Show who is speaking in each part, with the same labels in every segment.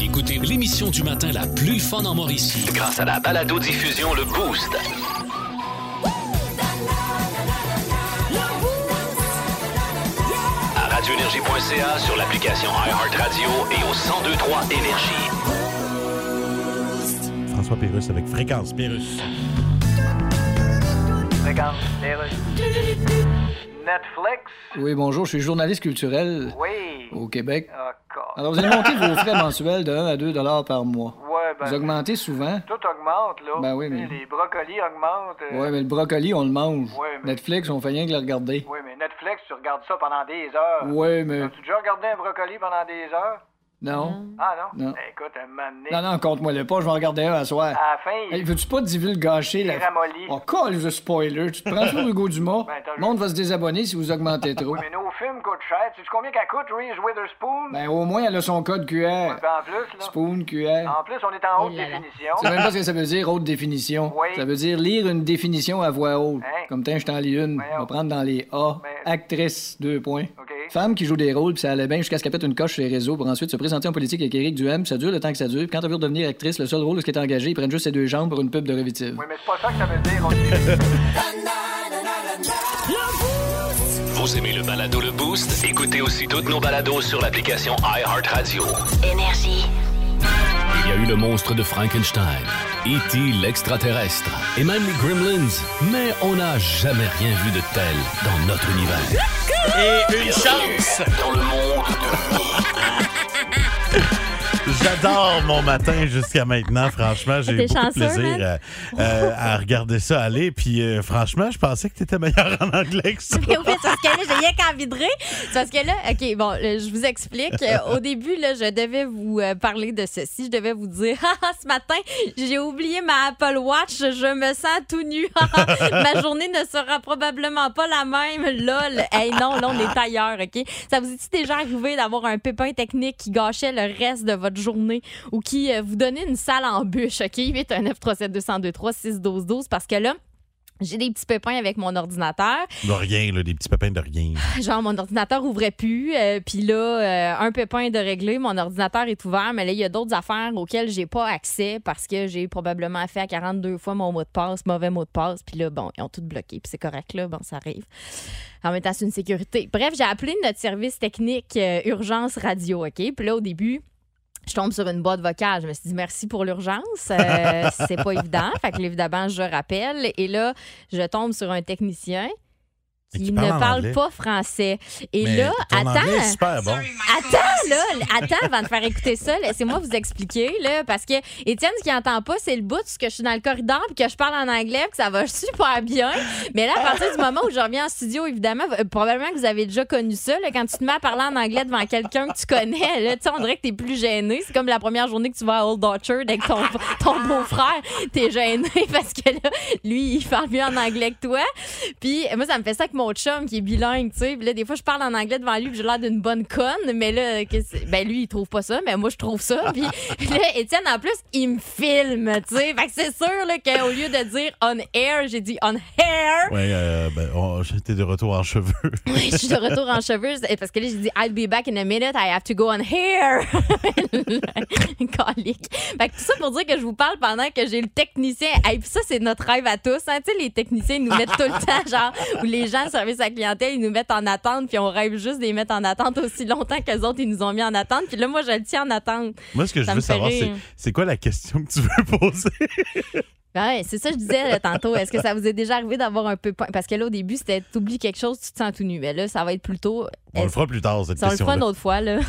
Speaker 1: Écoutez l'émission du matin la plus fun en Mauricie.
Speaker 2: Grâce à la balado diffusion le boost. À radioénergie.ca sur l'application iHeartRadio et au 1023 énergie.
Speaker 3: François Pérus avec Fréquence Pérus.
Speaker 4: Regarde, les Russes. Netflix?
Speaker 5: Oui, bonjour, je suis journaliste culturel
Speaker 4: Oui.
Speaker 5: au Québec.
Speaker 4: Ah, God.
Speaker 5: Alors, vous allez monter vos frais mensuels de 1 à 2 dollars par mois.
Speaker 4: Ouais, ben,
Speaker 5: Vous augmentez souvent.
Speaker 4: tout augmente, là.
Speaker 5: Ben oui, mais-
Speaker 4: Les brocolis augmentent. euh,
Speaker 5: Ouais, mais le brocoli, on le mange.
Speaker 4: Ouais, mais-
Speaker 5: Netflix, on fait rien que le regarder.
Speaker 4: Oui, mais Netflix, tu regardes ça pendant des heures.
Speaker 5: Ouais, mais...
Speaker 4: As-tu déjà regardé un brocoli pendant des heures?
Speaker 5: Non.
Speaker 4: Ah, non?
Speaker 5: Non.
Speaker 4: Ben, écoute, un moment donné,
Speaker 5: Non, non, compte-moi le pas, je vais en regarder un à soir.
Speaker 4: à la fin, il-
Speaker 5: Hey, veux-tu pas divulgacher
Speaker 4: il
Speaker 5: la...
Speaker 4: ramollit.
Speaker 5: Oh, call the spoiler. Tu te prends sur Hugo Dumas.
Speaker 4: Ben, t'as-
Speaker 5: le monde va se désabonner si vous augmentez trop.
Speaker 4: Mais nos films coûtent cher. Tu sais combien qu'elle coûte, Reese Witherspoon?
Speaker 5: Ben, au moins, elle a son code QR.
Speaker 4: Ben, Ah, en plus, là.
Speaker 5: Spoon, QR.
Speaker 4: En plus, on est en haute
Speaker 6: Oh là là.
Speaker 4: définition.
Speaker 5: C'est même pas ce que ça veut dire, haute définition.
Speaker 4: Oui.
Speaker 5: Ça veut dire lire une définition à voix haute.
Speaker 4: Hein?
Speaker 5: Comme tiens, je t'en lis une.
Speaker 4: Voyons.
Speaker 5: On va prendre dans les A.
Speaker 4: Mais-
Speaker 5: Actrice, deux points.
Speaker 4: OK.
Speaker 5: Femme qui joue des rôles, puis ça allait bien jusqu'à ce qu'elle pète une coche sur les réseaux pour ensuite se présenter en politique avec Éric Duhem. Ça dure le temps que ça dure. Puis Quand elle veut devenir actrice, le seul rôle où ce qui est engagé, ils prennent juste ses deux jambes pour une pub de Revitive.
Speaker 4: Oui, mais c'est pas ça que ça veut dire. On dit-
Speaker 2: Vous aimez le balado Le Boost? Écoutez aussi toutes nos balados sur l'application iHeartRadio.
Speaker 6: Énergie.
Speaker 1: Il y a eu le monstre de Frankenstein,
Speaker 2: E
Speaker 1: E.T. l'extraterrestre et même les Gremlins, mais on n'a jamais rien vu de tel dans notre univers.
Speaker 7: Et une chance!
Speaker 2: Dans le monde
Speaker 3: J'adore mon matin jusqu'à maintenant. Franchement, j'ai eu
Speaker 6: T'es
Speaker 3: beaucoup de
Speaker 6: chanceux,
Speaker 3: plaisir
Speaker 6: man.
Speaker 3: à, euh, à regarder ça aller. Puis euh, franchement, je pensais que tu étais meilleur en anglais que ça.
Speaker 6: Mais oui, c'est parce que là, j'ai rien qu'à vidrer. C'est parce que là, OK, bon, là, je vous explique. Euh, Au début, là, je devais vous euh, parler de ceci. Je devais vous dire, Ah, ah, ce matin, j'ai oublié ma Apple Watch. Je me sens tout nu. Ah, ah, ma journée ne sera probablement pas la même. Lol. Hey, non, là, on est ailleurs, OK? Ça vous est-il déjà arrivé d'avoir un pépin technique qui gâchait le reste de votre journée ou qui euh, vous donnait une salle en bûche, OK? 819 372 1023 6 12 12 parce que là, j'ai des petits pépins avec mon ordinateur.
Speaker 3: De rien, là, des petits pépins de rien.
Speaker 6: Genre, mon ordinateur ouvrait plus. euh, Puis là, euh, un pépin est de régler. Mon ordinateur est ouvert. Mais là, il y a d'autres affaires auxquelles j'ai pas accès parce que j'ai probablement fait à 42 fois mon mot de passe, mauvais mot de passe. Puis là, bon, ils ont tout bloqué. Puis c'est correct, là. Bon, ça arrive. En même temps, c'est une sécurité. Bref, j'ai appelé notre service technique euh, Urgence Radio, OK? Puis là, au début, je tombe sur une boîte vocale. Je me suis dit merci pour l'urgence. Euh, c'est pas évident. Fait que là, évidemment, je rappelle. Et là, je tombe sur un technicien
Speaker 3: Et
Speaker 6: qui,
Speaker 3: qui
Speaker 6: ne
Speaker 3: parle en
Speaker 6: parle
Speaker 3: anglais.
Speaker 6: pas français. Et
Speaker 3: Mais
Speaker 6: là,
Speaker 3: ton
Speaker 6: attends.
Speaker 3: anglais est super bon.
Speaker 6: Attends, là, attends avant de faire écouter ça, laissez-moi vous expliquer, là, parce que Étienne, ce qu'il entend pas, c'est le bout de ce que je suis dans le corridor puis que je parle en anglais puis que ça va super bien. Mais là, à partir du moment où je reviens en studio, évidemment, euh, probablement que vous avez déjà connu ça, là, quand tu te mets à parler en anglais devant quelqu'un que tu connais, là, tu sais, on dirait que t'es plus gêné. C'est comme la première journée que tu vas à Old Orchard avec ton, ton beau-frère, t'es gêné parce que là, lui, il parle mieux en anglais que toi. Puis moi, ça me fait ça avec mon chum qui est bilingue, tu sais. Puis là, des fois, je parle en anglais devant lui, puis j'ai l'air d'une bonne conne. Mais là, qu'est-ce- ben lui, il trouve pas ça, mais moi, je trouve ça. Puis là, Étienne, en plus, il me filme, tu sais. Fait que c'est sûr là, qu'au lieu de dire on air, j'ai dit on hair.
Speaker 3: Ouais, euh, ben, on- j'étais de retour en cheveux.
Speaker 6: je suis de retour en cheveux c'est- parce que là, j'ai dit I'll be back in a minute, I have to go on hair. Colique. Fait que tout ça pour dire que je vous parle pendant que j'ai le technicien. Et puis ça, c'est notre rêve à tous. Hein. Tu sais, les techniciens, ils nous mettent tout le temps, genre, où les gens de service à la clientèle, ils nous mettent en attente, puis on rêve juste de les mettre en attente aussi longtemps qu'eux autres, ils nous ont mis en attente. Puis là, moi, je le tiens en attente.
Speaker 3: Moi, ce que
Speaker 6: Ça
Speaker 3: je veux
Speaker 6: me fait
Speaker 3: savoir, c'est
Speaker 6: rire.
Speaker 3: c'est quoi la question que tu veux poser?
Speaker 6: Ouais, c'est ça que je disais là, tantôt. Est-ce que ça vous est déjà arrivé d'avoir un peu... Parce que là, au début, c'était t'oublies quelque chose, tu te sens tout nu. Mais là, ça va être plutôt...
Speaker 3: On le
Speaker 6: Est-ce-
Speaker 3: fera plus tard, cette
Speaker 6: Ça, on le fera une
Speaker 3: question-là.
Speaker 6: autre fois, là.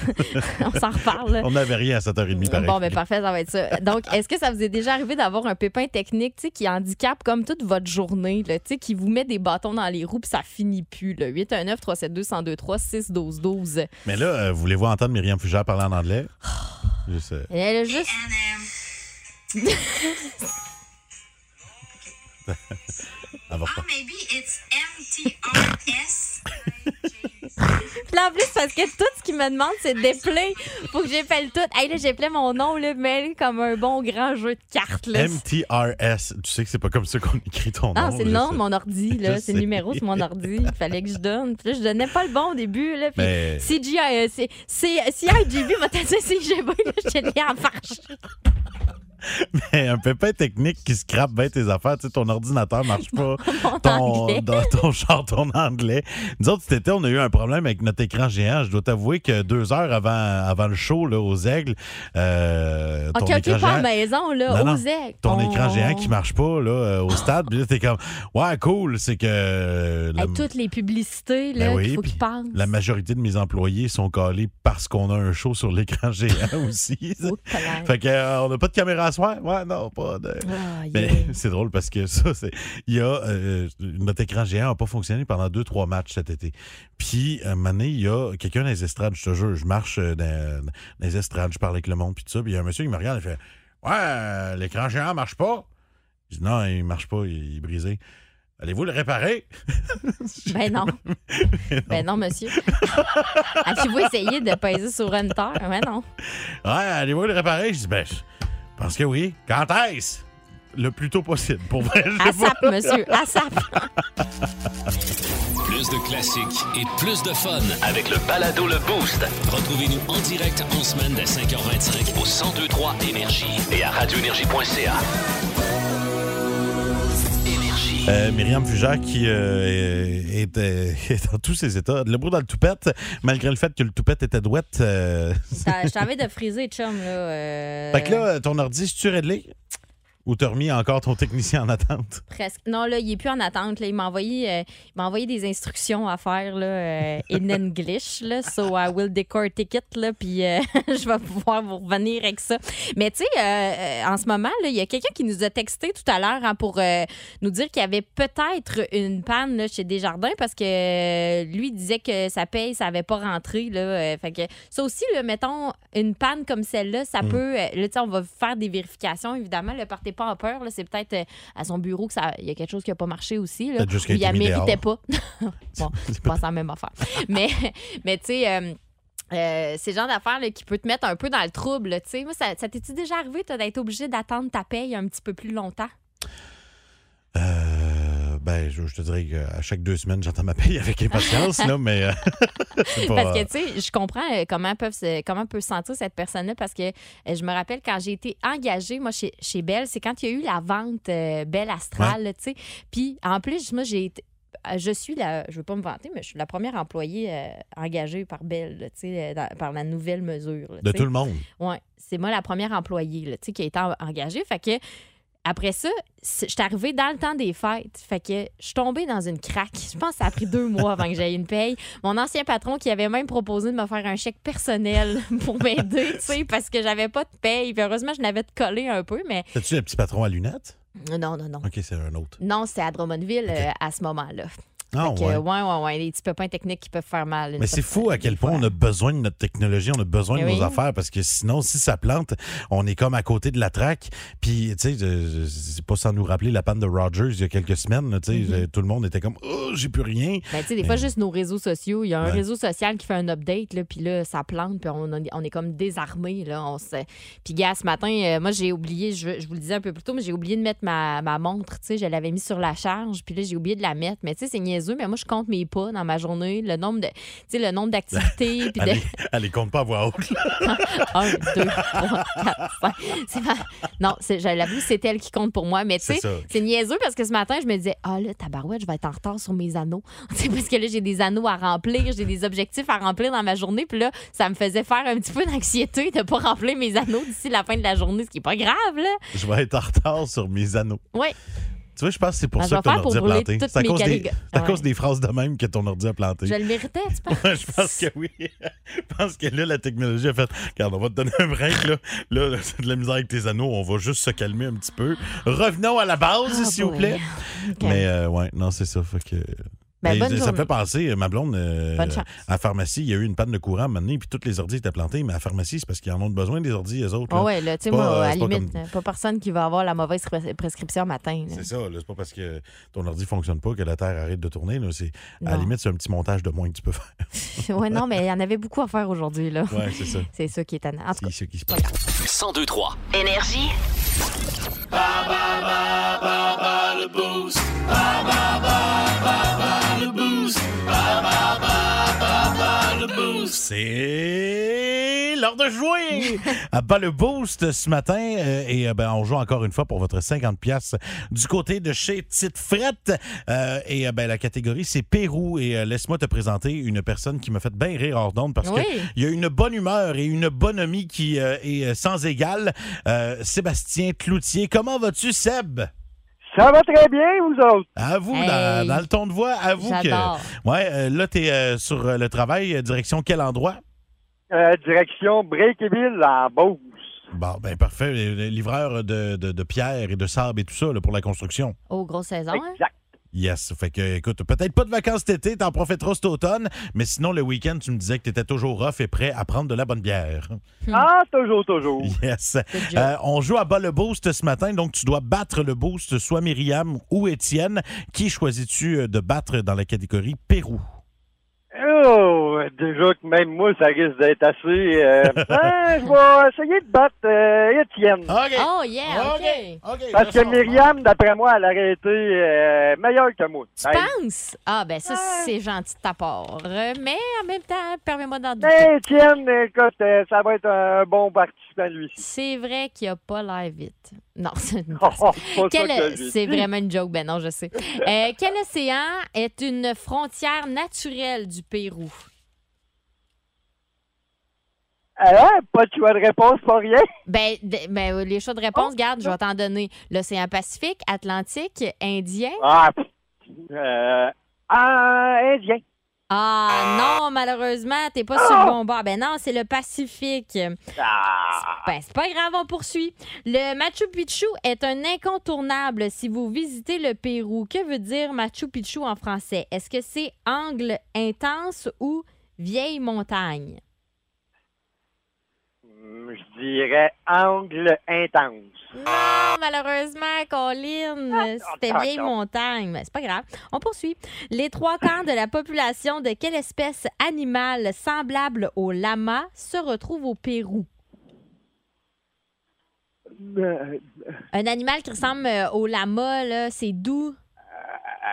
Speaker 6: on s'en reparle. là.
Speaker 3: On n'avait rien à 7h30, pareil.
Speaker 6: Bon, ben parfait, ça va être ça. Donc, est-ce que ça vous est déjà arrivé d'avoir un pépin technique tu sais, qui handicape comme toute votre journée, là, tu sais, qui vous met des bâtons dans les roues puis ça finit plus? 819-372-1023-612-12. Ah.
Speaker 3: Mais là, euh, voulez-vous entendre Myriam Fugère parler en anglais? Je sais.
Speaker 6: Elle a juste.
Speaker 3: Elle va pas.
Speaker 8: Maybe it's M-T-R-S.
Speaker 6: Puis là, en plus, parce que tout ce qu'il me demande, c'est de déplier. Faut que j'épelle tout. Hey, là, j'épelais mon nom, là, mêlé comme un bon grand jeu de cartes, là.
Speaker 3: MTRS. Tu sais que c'est pas comme ça qu'on écrit ton nom.
Speaker 6: Ah, c'est
Speaker 3: je
Speaker 6: le nom
Speaker 3: sais.
Speaker 6: de mon ordi,
Speaker 3: Je
Speaker 6: là. C'est
Speaker 3: sais.
Speaker 6: le numéro sur mon ordi. Il fallait que je donne. Puis là, je donnais pas le bon au début, là. Puis
Speaker 3: Mais-
Speaker 6: CGI, euh, c'est- c'est- CIGB m'a dit CGB, là, j'étais en farce.
Speaker 3: Hey, un pépin technique qui scrape bien tes affaires. Tu sais, ton ordinateur marche pas. ton,
Speaker 6: anglais.
Speaker 3: dans ton char, ton anglais. Nous autres, cet été, on a eu un problème avec notre écran géant. Je dois t'avouer que deux heures avant, avant le show, là, aux aigles, euh,
Speaker 6: Ok,
Speaker 3: ton
Speaker 6: ok,
Speaker 3: écran
Speaker 6: pas en
Speaker 3: géant...
Speaker 6: maison, là. Oh.
Speaker 3: Non, non.
Speaker 6: Osec.
Speaker 3: Ton écran géant qui marche pas là, euh, au stade, puis là, t'es comme Ouais, cool, c'est que euh, la,
Speaker 6: Hey, toutes les publicités, là,
Speaker 3: Ben oui,
Speaker 6: qu'il faut
Speaker 3: puis
Speaker 6: qu'ils passent.
Speaker 3: la majorité de mes employés sont calés parce qu'on a un show sur l'écran géant aussi.
Speaker 6: Oh, colère.
Speaker 3: fait que euh, on n'a pas de caméra à soir. Ouais, non, pas de.
Speaker 6: Ah,
Speaker 3: Mais
Speaker 6: yeah.
Speaker 3: c'est drôle parce que ça, c'est. Il y a. euh, notre écran géant n'a pas fonctionné pendant deux, trois matchs cet été. Puis, à un moment donné, il y a quelqu'un dans les estrades, je te jure, je marche euh, dans, dans les estrades, je parle avec le monde, puis tout ça. Puis, il y a un monsieur qui me regarde et fait Ouais, euh, l'écran géant marche pas. Je dis Non, il marche pas, il est brisé. Allez-vous le réparer?
Speaker 6: Ben non. ben non, monsieur. Avez-vous essayé de peser sur une terre? Ben non.
Speaker 3: Ouais, allez-vous le réparer? Je dis Ben, je pense que oui. Quand est-ce? Le plus tôt possible, pour vrai. je sais pas.
Speaker 6: ASAP, monsieur. ASAP.
Speaker 1: Plus de classiques et plus de fun.
Speaker 2: Avec le balado Le Boost
Speaker 1: Retrouvez-nous en direct en semaine dès 5h25
Speaker 2: au 1023 Énergie et à radioénergie.ca. Énergie.
Speaker 3: Euh, Myriam Fugère qui euh, est, euh, est dans tous ses états. Le bruit dans le toupette, malgré le fait que le toupette était douette. euh,
Speaker 6: T'as- Je t'avais de friser, chum, là. euh,
Speaker 3: Fait que là, ton ordi, si tu réglé? Ou t'as remis encore ton technicien en attente?
Speaker 6: Presque. Non, là, il est plus en attente. Là. Il m'a envoyé, euh, il m'a envoyé des instructions à faire là, euh, in English. Là, so I will decorticate it. Là, puis euh, je vais pouvoir vous revenir avec ça. Mais tu sais, euh, euh, en ce moment, là, il y a quelqu'un qui nous a texté tout à l'heure hein, pour euh, nous dire qu'il y avait peut-être une panne là, chez Desjardins parce que euh, lui il disait que sa paye, ça n'avait pas rentré. Là, euh, fait que ça aussi, là, mettons, une panne comme celle-là,
Speaker 3: Mm.
Speaker 6: ça peut. euh, Là, tu sais, on va faire des vérifications, évidemment. Ne partez pas en peur. là, C'est peut-être euh, à son bureau que ça- il y a quelque chose qui n'a pas marché aussi. Là,
Speaker 3: Peut-être juste
Speaker 6: ou
Speaker 3: qu'elle
Speaker 6: il
Speaker 3: a
Speaker 6: ne
Speaker 3: été mis
Speaker 6: méritait pas.
Speaker 3: C'est- c'est
Speaker 6: Je pense à la même affaire. mais, mais tu sais. euh, euh, c'est le genre d'affaire là, qui peut te mettre un peu dans le trouble. là, tu sais. Moi, ça, ça t'est-tu déjà arrivé toi, d'être obligé d'attendre ta paye un petit peu plus longtemps?
Speaker 3: Euh, ben, je, je te dirais qu'à chaque deux semaines, j'entends ma paye avec impatience, là, mais. euh, c'est pas-
Speaker 6: Parce que, tu sais, je comprends euh, comment, peuvent se- comment peut se sentir cette personne-là parce que euh, je me rappelle quand j'ai été engagée, moi, chez, chez Belle, c'est quand il y a eu la vente euh, Belle Astral, là, tu sais. Puis, en plus, moi, j'ai été. euh, Je suis la, je veux pas me vanter, mais je suis la première employée euh, engagée par Belle, là, tu sais, euh, dans- par la nouvelle mesure. là,
Speaker 3: de
Speaker 6: tu sais.
Speaker 3: tout le monde.
Speaker 6: Ouais, c'est moi la première employée là, tu sais, qui a été en- engagée. Fait que après ça, c'est- je suis arrivée dans le temps des fêtes. Fait que je suis tombée dans une craque. Je pense que ça a pris deux mois avant que j'aie une paye. Mon ancien patron qui avait même proposé de me faire un chèque personnel pour m'aider, tu sais, parce que j'avais pas de paye. Puis heureusement, je n'avais de collé un peu, mais
Speaker 3: T'as-tu le petit patron à lunettes?
Speaker 6: non, non, non.
Speaker 3: Ok, c'est un autre.
Speaker 6: Non, c'est à Drummondville
Speaker 3: Ok.
Speaker 6: euh, à ce moment-là.
Speaker 3: Ah,
Speaker 6: Fait que, euh,
Speaker 3: ouais.
Speaker 6: ouais, ouais, ouais, des petits pépins techniques qui peuvent faire mal. une
Speaker 3: Mais
Speaker 6: fois
Speaker 3: c'est
Speaker 6: de-
Speaker 3: fou à
Speaker 6: des
Speaker 3: quel point
Speaker 6: fois.
Speaker 3: on a besoin de notre technologie, on a besoin de
Speaker 6: Eh
Speaker 3: nos
Speaker 6: oui.
Speaker 3: affaires, parce que sinon, si ça plante, on est comme à côté de la traque. Puis, tu sais, je- je- c'est pas sans nous rappeler la panne de Rogers il y a quelques semaines, là, tu sais,
Speaker 6: Mm-hmm.
Speaker 3: je- tout le monde était comme, oh, j'ai plus rien.
Speaker 6: Ben, tu sais, des fois, juste nos réseaux sociaux. Il y a un
Speaker 3: Ouais.
Speaker 6: réseau social qui fait un update, là, puis là, ça plante, puis on, on est comme désarmé. Là, on se... Puis, gars, ce matin, euh, moi, j'ai oublié, je, je vous le disais un peu plus tôt, mais j'ai oublié de mettre ma, ma montre. Tu sais, je l'avais mis sur la charge, puis là, j'ai oublié de la mettre. Mais tu sais, c'est niaiseux, mais moi, je compte mes pas dans ma journée, le nombre de, tu sais, le nombre d'activités, puis de
Speaker 3: Allez, allez, compte pas à voix haute. là.
Speaker 6: 1, 2, 3, 4, 5. C'est ma- Non, c'est- je l'avoue, c'est elle qui compte pour moi. Mais tu
Speaker 3: C'est
Speaker 6: sais,
Speaker 3: ça.
Speaker 6: c'est niaiseux parce que ce matin, je me disais, ah là, tabarouette, je vais être en retard sur mes anneaux. Tu sais, parce que là, j'ai des anneaux à remplir, j'ai des objectifs à remplir dans ma journée. Puis là, ça me faisait faire un petit peu d'anxiété de ne pas remplir mes anneaux d'ici la fin de la journée, ce qui n'est pas grave, là.
Speaker 3: Je vais être en retard sur mes anneaux.
Speaker 6: Oui.
Speaker 3: Tu vois, je pense que c'est pour
Speaker 6: Ben, je
Speaker 3: ça
Speaker 6: vais
Speaker 3: que ton
Speaker 6: faire pour
Speaker 3: ordi a
Speaker 6: brûler
Speaker 3: planté.
Speaker 6: toutes
Speaker 3: C'est à,
Speaker 6: mes
Speaker 3: cause des,
Speaker 6: caligas.
Speaker 3: c'est à
Speaker 6: Ouais.
Speaker 3: cause des phrases de même que ton ordi a planté.
Speaker 6: Je le méritais, tu penses?
Speaker 3: Ouais, je pense que oui. Je pense que là, la technologie a fait Regarde, on va te donner un break. Là, là, là, c'est de la misère avec tes anneaux. On va juste se calmer un petit peu. Revenons à la base,
Speaker 6: Ah,
Speaker 3: s'il vous
Speaker 6: boy.
Speaker 3: plaît.
Speaker 6: Ok.
Speaker 3: Mais euh, ouais, non, c'est ça. Fait que
Speaker 6: Ben,
Speaker 3: Et
Speaker 6: bonne
Speaker 3: ça me
Speaker 6: journée.
Speaker 3: fait penser, euh, ma blonde, euh,
Speaker 6: Bonne chance.
Speaker 3: à la pharmacie, il y a eu une panne de courant à un moment donné, puis tous les ordis étaient plantés, mais à la pharmacie, c'est parce qu'ils en ont besoin des ordis, les autres.
Speaker 6: Ah
Speaker 3: là.
Speaker 6: ouais, là, tu sais,
Speaker 3: pas,
Speaker 6: moi,
Speaker 3: euh,
Speaker 6: à la
Speaker 3: c'est pas
Speaker 6: limite, euh,
Speaker 3: comme-
Speaker 6: pas personne qui va avoir la mauvaise pres- prescription matin. là.
Speaker 3: C'est ça, là, c'est pas parce que ton ordi fonctionne pas que la Terre arrête de tourner. là, c'est- à la
Speaker 6: Non.
Speaker 3: limite, c'est un petit montage de moins que tu peux faire.
Speaker 6: ouais, non, mais il y en avait beaucoup à faire aujourd'hui, là.
Speaker 3: Ouais, c'est ça.
Speaker 6: C'est ça qui est tannant. En tout
Speaker 3: C'est
Speaker 6: cas,
Speaker 3: ce qui se passe.
Speaker 2: 1023.
Speaker 8: Énergie.
Speaker 3: C'est l'heure de jouer à Bas Ah, ben, le Boost ce matin. euh, et euh, ben, on joue encore une fois pour votre 50$ piastres du côté de chez Petite Frette. Euh, et euh, ben, la catégorie, c'est Pérou. Et euh, laisse-moi te présenter une personne qui m'a fait bien rire hors d'onde parce
Speaker 6: Oui.
Speaker 3: qu'il y a une bonne humeur et une bonhomie qui euh, est euh, sans égale. Euh, Sébastien Cloutier, comment vas-tu, Seb?
Speaker 4: Ça va très bien, vous autres?
Speaker 3: À vous,
Speaker 6: Hey.
Speaker 3: dans, dans le ton de voix, à vous
Speaker 6: j'adore.
Speaker 3: que. Ouais, euh, là, tu es sur euh, le travail, euh, direction quel endroit?
Speaker 4: Euh, direction Breakville en Beauce.
Speaker 3: Bon, ben parfait. Les- les livreurs de, de, de pierre et de sable et tout ça là, pour la construction.
Speaker 6: Oh, grosse saison, hein?
Speaker 4: Exact.
Speaker 3: Yes. Fait que, écoute, peut-être pas de vacances cet été, t'en profiteras cet automne, mais sinon, le week-end, tu me disais que t'étais toujours off et prêt à prendre de la bonne bière.
Speaker 4: Ah, toujours, toujours.
Speaker 3: Yes.
Speaker 6: Good job.
Speaker 3: Euh, on joue à bas le boost ce matin, donc tu dois battre le boost, soit Myriam ou Étienne. Qui choisis-tu euh, de battre dans la catégorie Pérou?
Speaker 4: Oh, déjà que même moi, ça risque d'être assez. euh, ah, je vais essayer de battre euh, Étienne.
Speaker 3: OK.
Speaker 6: Oh, yeah, OK.
Speaker 4: Ah, Parce que Myriam, d'après moi, elle aurait été euh, meilleure que moi.
Speaker 6: Tu
Speaker 4: Hey.
Speaker 6: penses? Ah, ben ça, c'est gentil de ta part. Euh, Mais en même temps, permets-moi d'en douter.
Speaker 4: Mais Ben, Étienne, écoute, euh, ça va être un bon participant, lui-ci.
Speaker 6: C'est vrai qu'il a pas l'air vite. Non, c'est une
Speaker 4: Oh,
Speaker 6: farce.
Speaker 4: oh, pas ça
Speaker 6: Quel-
Speaker 4: que j'ai
Speaker 6: C'est
Speaker 4: dit.
Speaker 6: vraiment une joke, ben non, je sais. Euh, quel océan est une frontière naturelle du Pérou?
Speaker 4: Ah, pas de choix de réponse, pas rien. Oh,
Speaker 6: Ben, d- ben, les choix de réponse, garde, je vais t'en donner. L'océan Pacifique, Atlantique, Indien.
Speaker 4: Ah, pff, euh, ah, Indien.
Speaker 6: Ah non, malheureusement, t'es pas sur le bon bord. Ben non, c'est le Pacifique.
Speaker 4: Ah,
Speaker 6: Ben, c'est pas grave, on poursuit. Le Machu Picchu est un incontournable si vous visitez le Pérou. Que veut dire Machu Picchu en français? Est-ce que c'est angle intense ou vieille montagne?
Speaker 4: hum, je dirais angle intense. Ah,
Speaker 6: Non, malheureusement, Colin, c'était vieille
Speaker 4: d'accord.
Speaker 6: montagne. Mais c'est pas grave. On poursuit. Les trois quarts de la population de quelle espèce animale semblable au lama se retrouve au Pérou?
Speaker 4: Euh,
Speaker 6: Un animal qui ressemble euh, au lama, là, c'est doux,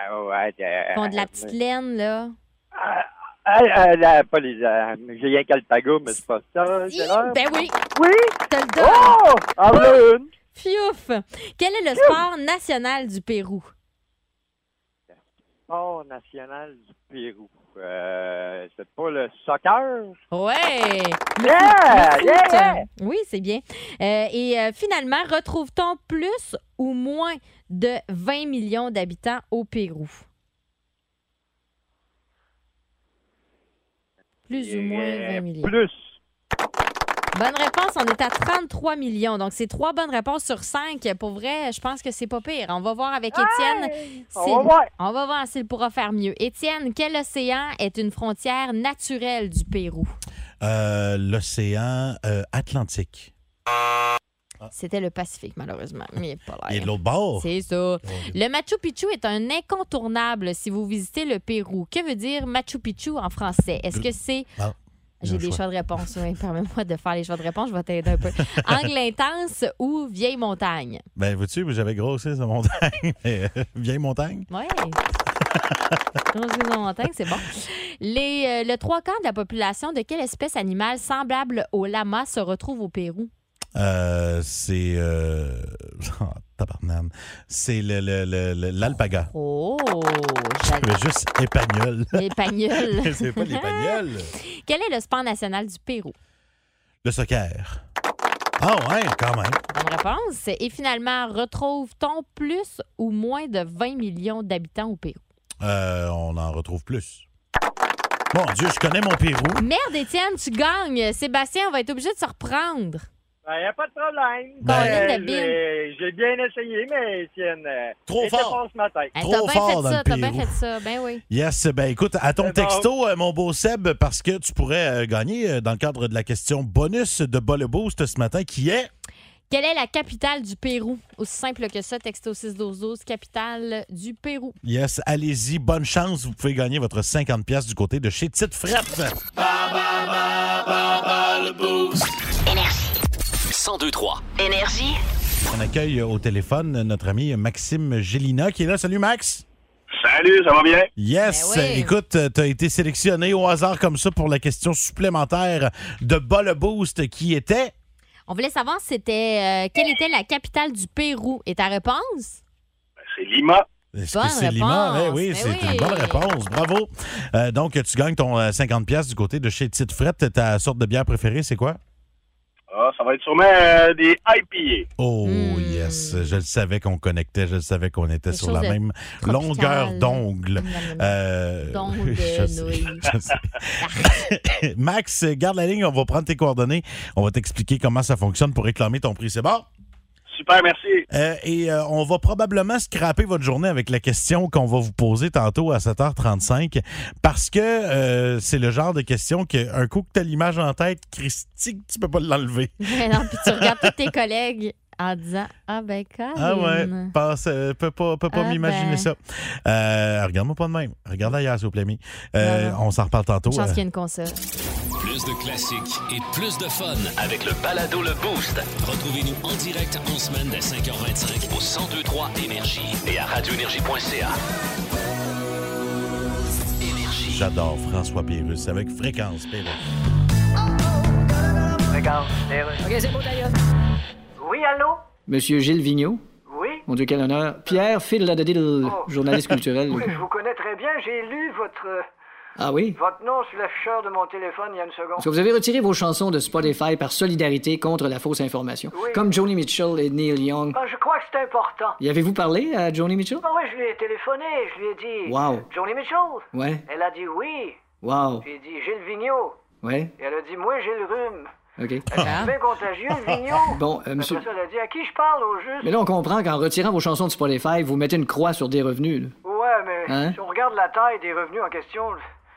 Speaker 4: ah, ouais, euh,
Speaker 6: qui ont de la petite laine, là.
Speaker 4: Ah, ah, là, pas les. euh, j'ai rien qu'à le pago, mais c'est pas ça.
Speaker 6: Hi,
Speaker 4: c'est rare.
Speaker 6: ben oui,
Speaker 4: Oui!
Speaker 6: t'as le dos.
Speaker 4: Oh! En voilà une!
Speaker 6: Fiouf! Quel est le sport national du Pérou?
Speaker 4: Sport national du Pérou. Euh, c'est pas le soccer?
Speaker 6: Ouais!
Speaker 4: Yeah!
Speaker 6: Le
Speaker 4: Yeah!
Speaker 6: foot. Oui, c'est bien. Euh, et euh, finalement, retrouve-t-on plus ou moins de 20 millions d'habitants au Pérou? Plus ou moins 20 millions.
Speaker 4: Plus.
Speaker 6: Bonne réponse, on est à 33 millions. Donc, c'est trois bonnes réponses sur cinq. Pour vrai, je pense que c'est pas pire. On va voir avec Étienne.
Speaker 4: On
Speaker 6: s'il-
Speaker 4: va voir.
Speaker 6: on va voir s'il pourra faire mieux. Étienne, quel océan est une frontière naturelle du Pérou?
Speaker 3: Euh, L'océan euh, Atlantique.
Speaker 6: C'était le Pacifique, malheureusement. Mais pas l'air.
Speaker 3: Il Et de l'autre bord.
Speaker 6: C'est ça. Le Machu Picchu est un incontournable si vous visitez le Pérou. Que veut dire Machu Picchu en français? Est-ce que c'est.
Speaker 3: Ah, il y a
Speaker 6: J'ai
Speaker 3: un
Speaker 6: des
Speaker 3: choix.
Speaker 6: choix de réponse. oui. Permets-moi de faire les choix de réponse. Je vais t'aider un peu. Angle intense ou vieille montagne?
Speaker 3: Ben, vois-tu, moi, j'avais grossi la montagne. mais, euh, vieille montagne.
Speaker 6: Oui. vieille montagne, c'est bon. Les, euh, le trois quarts de la population de quelle espèce animale semblable au lama se retrouve au Pérou?
Speaker 3: Euh, c'est. Euh... oh, tabarnane. C'est le- le- le- le- l'alpaga.
Speaker 6: Oh!
Speaker 3: Mais juste épagnol.
Speaker 6: Les pagnoles.
Speaker 3: c'est pas l'épagnol.
Speaker 6: Quel est le sport national du Pérou?
Speaker 3: Le soccer. Ah, ouais, quand même.
Speaker 6: Bonne réponse. Et finalement, retrouve-t-on plus ou moins de 20 millions d'habitants au Pérou?
Speaker 3: Euh, on en retrouve plus. Mon Dieu, je connais mon Pérou.
Speaker 6: Merde, Étienne, tu gagnes. Sébastien, on va être obligé de se reprendre.
Speaker 4: Ben, y a pas de problème.
Speaker 6: Ben,
Speaker 4: Euh,
Speaker 6: Linda Bin.
Speaker 4: j'ai- j'ai bien essayé, mais Étienne, euh,
Speaker 3: Trop
Speaker 4: elle
Speaker 3: fort.
Speaker 4: dépasse ma tête.
Speaker 6: Hey,
Speaker 3: Trop
Speaker 6: t'as
Speaker 3: fort
Speaker 6: bien
Speaker 3: dans le
Speaker 6: fait ça, t'as bien
Speaker 3: Pérou.
Speaker 6: fait ça. Ben oui.
Speaker 3: Yes, ben écoute, à ton
Speaker 4: C'est bon.
Speaker 3: texto, euh, mon beau Seb, parce que tu pourrais euh, gagner euh, dans le cadre de la question bonus de Bas le Boost ce matin, qui est
Speaker 6: Quelle est la capitale du Pérou? Aussi simple que ça, texto 61212, capitale du Pérou.
Speaker 3: Yes, allez-y, bonne chance, vous pouvez gagner votre 50$ piastres du côté de chez Tite Frette.
Speaker 2: 1023.
Speaker 8: Énergie.
Speaker 3: On accueille euh, au téléphone notre ami Maxime Gélina qui est là. Salut Max!
Speaker 4: Salut, ça va bien?
Speaker 3: Yes!
Speaker 6: Ben oui.
Speaker 3: Écoute, euh, t'as été sélectionné au hasard comme ça pour la question supplémentaire de Bas le Boost qui était.
Speaker 6: On voulait savoir c'était euh, quelle était la capitale du Pérou. Et ta réponse?
Speaker 4: C'est Lima.
Speaker 3: Est-ce
Speaker 6: Bonne
Speaker 3: que c'est Lima?
Speaker 6: réponse.
Speaker 3: Eh oui,
Speaker 6: Ben
Speaker 3: c'est
Speaker 6: oui.
Speaker 3: une bonne réponse. Bravo. Euh, donc, tu gagnes ton euh, 50$ piastres du côté de chez Tite Frette. Ta sorte de bière préférée, c'est quoi?
Speaker 4: Ah, ça va être sûrement euh, des IPA.
Speaker 3: Oh,
Speaker 6: Mm.
Speaker 3: yes. Je le savais qu'on connectait. Je le savais qu'on était
Speaker 6: Quelque
Speaker 3: sur
Speaker 6: chose
Speaker 3: la
Speaker 6: de
Speaker 3: même
Speaker 6: tropical.
Speaker 3: longueur d'ongle. Euh,
Speaker 6: D'ongle,
Speaker 3: je sais,
Speaker 6: oui.
Speaker 3: je sais. Max, garde la ligne. On va prendre tes coordonnées. On va t'expliquer comment ça fonctionne pour réclamer ton prix. C'est bon?
Speaker 4: Super, merci.
Speaker 3: Euh, et euh, on va probablement scraper votre journée avec la question qu'on va vous poser tantôt à 7h35 parce que euh, c'est le genre de question qu'un coup que tu as l'image en tête, Christy, tu peux pas l'enlever.
Speaker 6: Mais non, puis tu regardes tous tes collègues en disant Ah ben Colin.
Speaker 3: Ah ouais, passe, euh, peux pas, peux pas
Speaker 6: Ah
Speaker 3: m'imaginer
Speaker 6: ben.
Speaker 3: ça. Euh, Regarde-moi pas de même. Regarde ailleurs, s'il vous plaît, ami. Euh,
Speaker 6: Non, non.
Speaker 3: On s'en reparle tantôt.
Speaker 6: Je pense
Speaker 3: Euh,
Speaker 6: qu'il y a une console.
Speaker 1: Plus de classiques et plus de fun.
Speaker 2: Avec le balado Le Boost
Speaker 1: Retrouvez-nous en direct en semaine dès 5h25.
Speaker 2: au 1023 Énergie et à radioénergie.ca.
Speaker 3: J'adore François Pérus avec Fréquence Pérus.
Speaker 8: Oui, allô?
Speaker 5: Monsieur Gilles Vigneault.
Speaker 8: Oui?
Speaker 5: Mon Dieu, quel honneur. Pierre Phil Ladadil,
Speaker 4: Oh.
Speaker 5: journaliste culturel.
Speaker 8: Oui, je vous connais très bien. J'ai lu votre, euh,
Speaker 5: Ah oui?
Speaker 8: votre nom sur l'afficheur de mon téléphone il y a une seconde.
Speaker 5: Parce que vous avez retiré vos chansons de Spotify par solidarité contre la fausse information.
Speaker 8: Oui.
Speaker 5: Comme Joni Mitchell et Neil Young.
Speaker 8: Ah, je crois que c'est important.
Speaker 5: Y avez-vous parlé à Joni Mitchell?
Speaker 8: Ah oui, je lui ai téléphoné. Je lui ai dit...
Speaker 5: Wow.
Speaker 8: Johnny Mitchell?
Speaker 5: Ouais.
Speaker 8: Elle a dit oui.
Speaker 5: Wow.
Speaker 8: J'ai dit Gilles Vigneault.
Speaker 5: Ouais.
Speaker 8: Et elle a dit Moi, j'ai le rhume.
Speaker 5: OK.
Speaker 8: C'est bien contagieux, le Vigneault.
Speaker 5: Bon, euh, monsieur.
Speaker 8: Après ça, elle a dit À qui je parle au juste?
Speaker 5: Mais là, on comprend qu'en retirant vos chansons de Spotify, vous mettez une croix sur des revenus. là.
Speaker 8: Ouais, mais
Speaker 5: Hein?
Speaker 8: si on regarde la taille des revenus en question,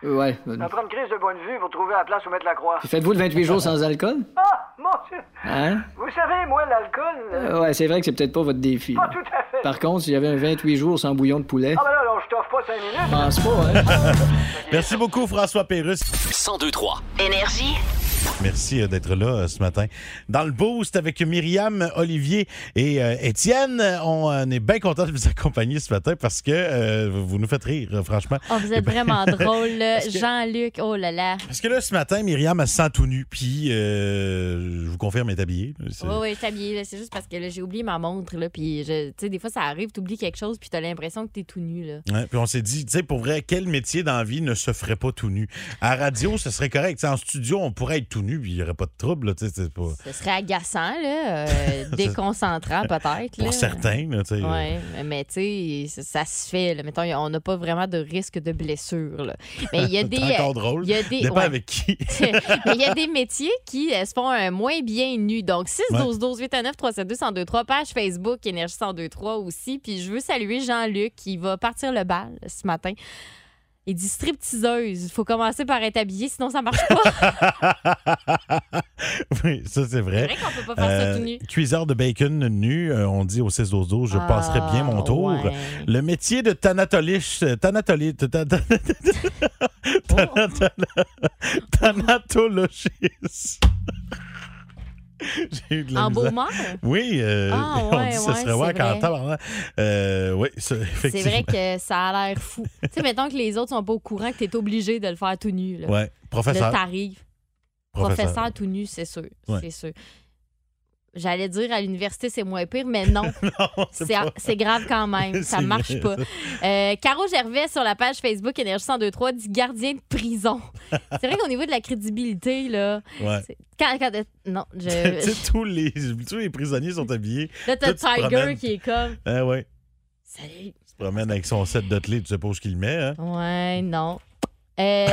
Speaker 5: Euh, Ouais. euh,
Speaker 8: ça prend une crise de bonne vue pour trouver la place où mettre la croix.
Speaker 5: Puis Faites-vous le 28 jours sans alcool?
Speaker 8: Ah, mon Dieu!
Speaker 5: Hein?
Speaker 8: Vous savez, moi, l'alcool. euh,
Speaker 5: Euh, Ouais, c'est vrai que c'est peut-être pas votre défi.
Speaker 8: Pas
Speaker 5: là.
Speaker 8: tout à fait.
Speaker 5: Par contre, s'il y avait un 28 jours sans bouillon de poulet,
Speaker 8: Ah, ben là, là, je t'offre pas 5
Speaker 5: je
Speaker 8: minutes.
Speaker 5: pense pas, hein?
Speaker 3: Merci beaucoup, François Pérus.
Speaker 2: 1023.
Speaker 8: Énergie.
Speaker 3: Merci euh, d'être là euh, ce matin. Dans le boost avec Myriam, Olivier et euh, Étienne, on euh, est bien content de vous accompagner ce matin parce que euh, vous nous faites rire, euh, franchement.
Speaker 6: Oh, vous êtes vraiment drôle, là.
Speaker 3: Parce que-
Speaker 6: Jean-Luc. Oh là là.
Speaker 3: Parce que là, ce matin, Myriam, elle se sent tout nu, puis euh, je vous confirme, elle est habillée. C'est-
Speaker 6: Oui, oui, je t'habille, là. C'est juste parce que là, j'ai oublié ma montre, là. Puis, je- tu sais, des fois, ça arrive, t'oublies quelque chose, puis t'as l'impression que t'es tout nu, là.
Speaker 3: Ouais, puis on s'est dit, tu sais, pour vrai, quel métier dans la vie ne se ferait pas tout nu? À radio, ce serait correct. Tu sais, en studio, on pourrait être tout nu, puis il n'y aurait pas de trouble. là, tu sais, c'est pas...
Speaker 6: Ce serait agaçant, là. euh, déconcentrant, peut-être, là.
Speaker 3: Pour certains, là, tu sais. euh,
Speaker 6: Oui, mais tu sais, ça, ça se fait. Là. Mettons, on n'a pas vraiment de risque de blessure. là. Mais il y a des.
Speaker 3: C'est encore
Speaker 6: euh,
Speaker 3: drôle.
Speaker 6: Il y a des.
Speaker 3: Dépend
Speaker 6: ouais.
Speaker 3: avec qui.
Speaker 6: Mais il y a des métiers qui euh, se font euh, moins bien nus. Donc, 6
Speaker 3: Ouais.
Speaker 6: 12 12 8 à 9 372 1023 page Facebook, Énergie 1023 aussi. Puis je veux saluer Jean-Luc qui va partir le bal ce matin. Il dit stripteaseuse. Il faut commencer par être habillé, sinon ça marche pas.
Speaker 3: oui, ça, c'est
Speaker 6: C'est
Speaker 3: vrai.
Speaker 6: vrai qu'on peut pas faire ça tout nu.
Speaker 3: Euh, cuiseur de bacon nu, euh, on dit au 6 12 12 je passerai bien mon
Speaker 6: Ah,
Speaker 3: tour.
Speaker 6: ouais.
Speaker 3: Le métier de thanatoliche, euh, thanatoli- tha- tha-
Speaker 6: Oh.
Speaker 3: thanatol- thanatologiste. J'ai eu de la
Speaker 6: En
Speaker 3: misère.
Speaker 6: beau mort?
Speaker 3: Oui, euh,
Speaker 6: Ah,
Speaker 3: on
Speaker 6: ouais,
Speaker 3: dit que ce
Speaker 6: ouais,
Speaker 3: serait
Speaker 6: c'est
Speaker 3: ouais quand
Speaker 6: vrai.
Speaker 3: tabarnak. Euh, oui, ça,
Speaker 6: C'est vrai
Speaker 3: effectivement.
Speaker 6: que ça a l'air fou. tu sais, mettons que les autres sont pas au courant que t'es obligé de le faire tout nu. Là,
Speaker 3: Ouais,
Speaker 6: Là,
Speaker 3: professeur.
Speaker 6: t'arrives. Professeur. tout nu, c'est sûr.
Speaker 3: Ouais.
Speaker 6: C'est sûr. J'allais dire à l'université, c'est moins pire, mais non,
Speaker 3: Non, c'est
Speaker 6: c'est
Speaker 3: pas-
Speaker 6: c'est grave quand même. Ça
Speaker 3: C'est
Speaker 6: marche
Speaker 3: vrai,
Speaker 6: pas. Euh, Caro Gervais, sur la page Facebook Énergie 1023, dit gardien de prison. c'est vrai qu'au niveau de la crédibilité, là.
Speaker 3: ouais.
Speaker 6: c'est- Quand, quand- non, je.
Speaker 3: Tu sais, tous les, tous les prisonniers sont habillés.
Speaker 6: là, t'as
Speaker 3: toi, tu te promènes.
Speaker 6: Tiger qui est comme.
Speaker 3: Ah ouais.
Speaker 6: Salut.
Speaker 3: Il se promène avec son set de clés, tu sais pas où ce qu'il met. Hein?
Speaker 6: Ouais, non. Euh,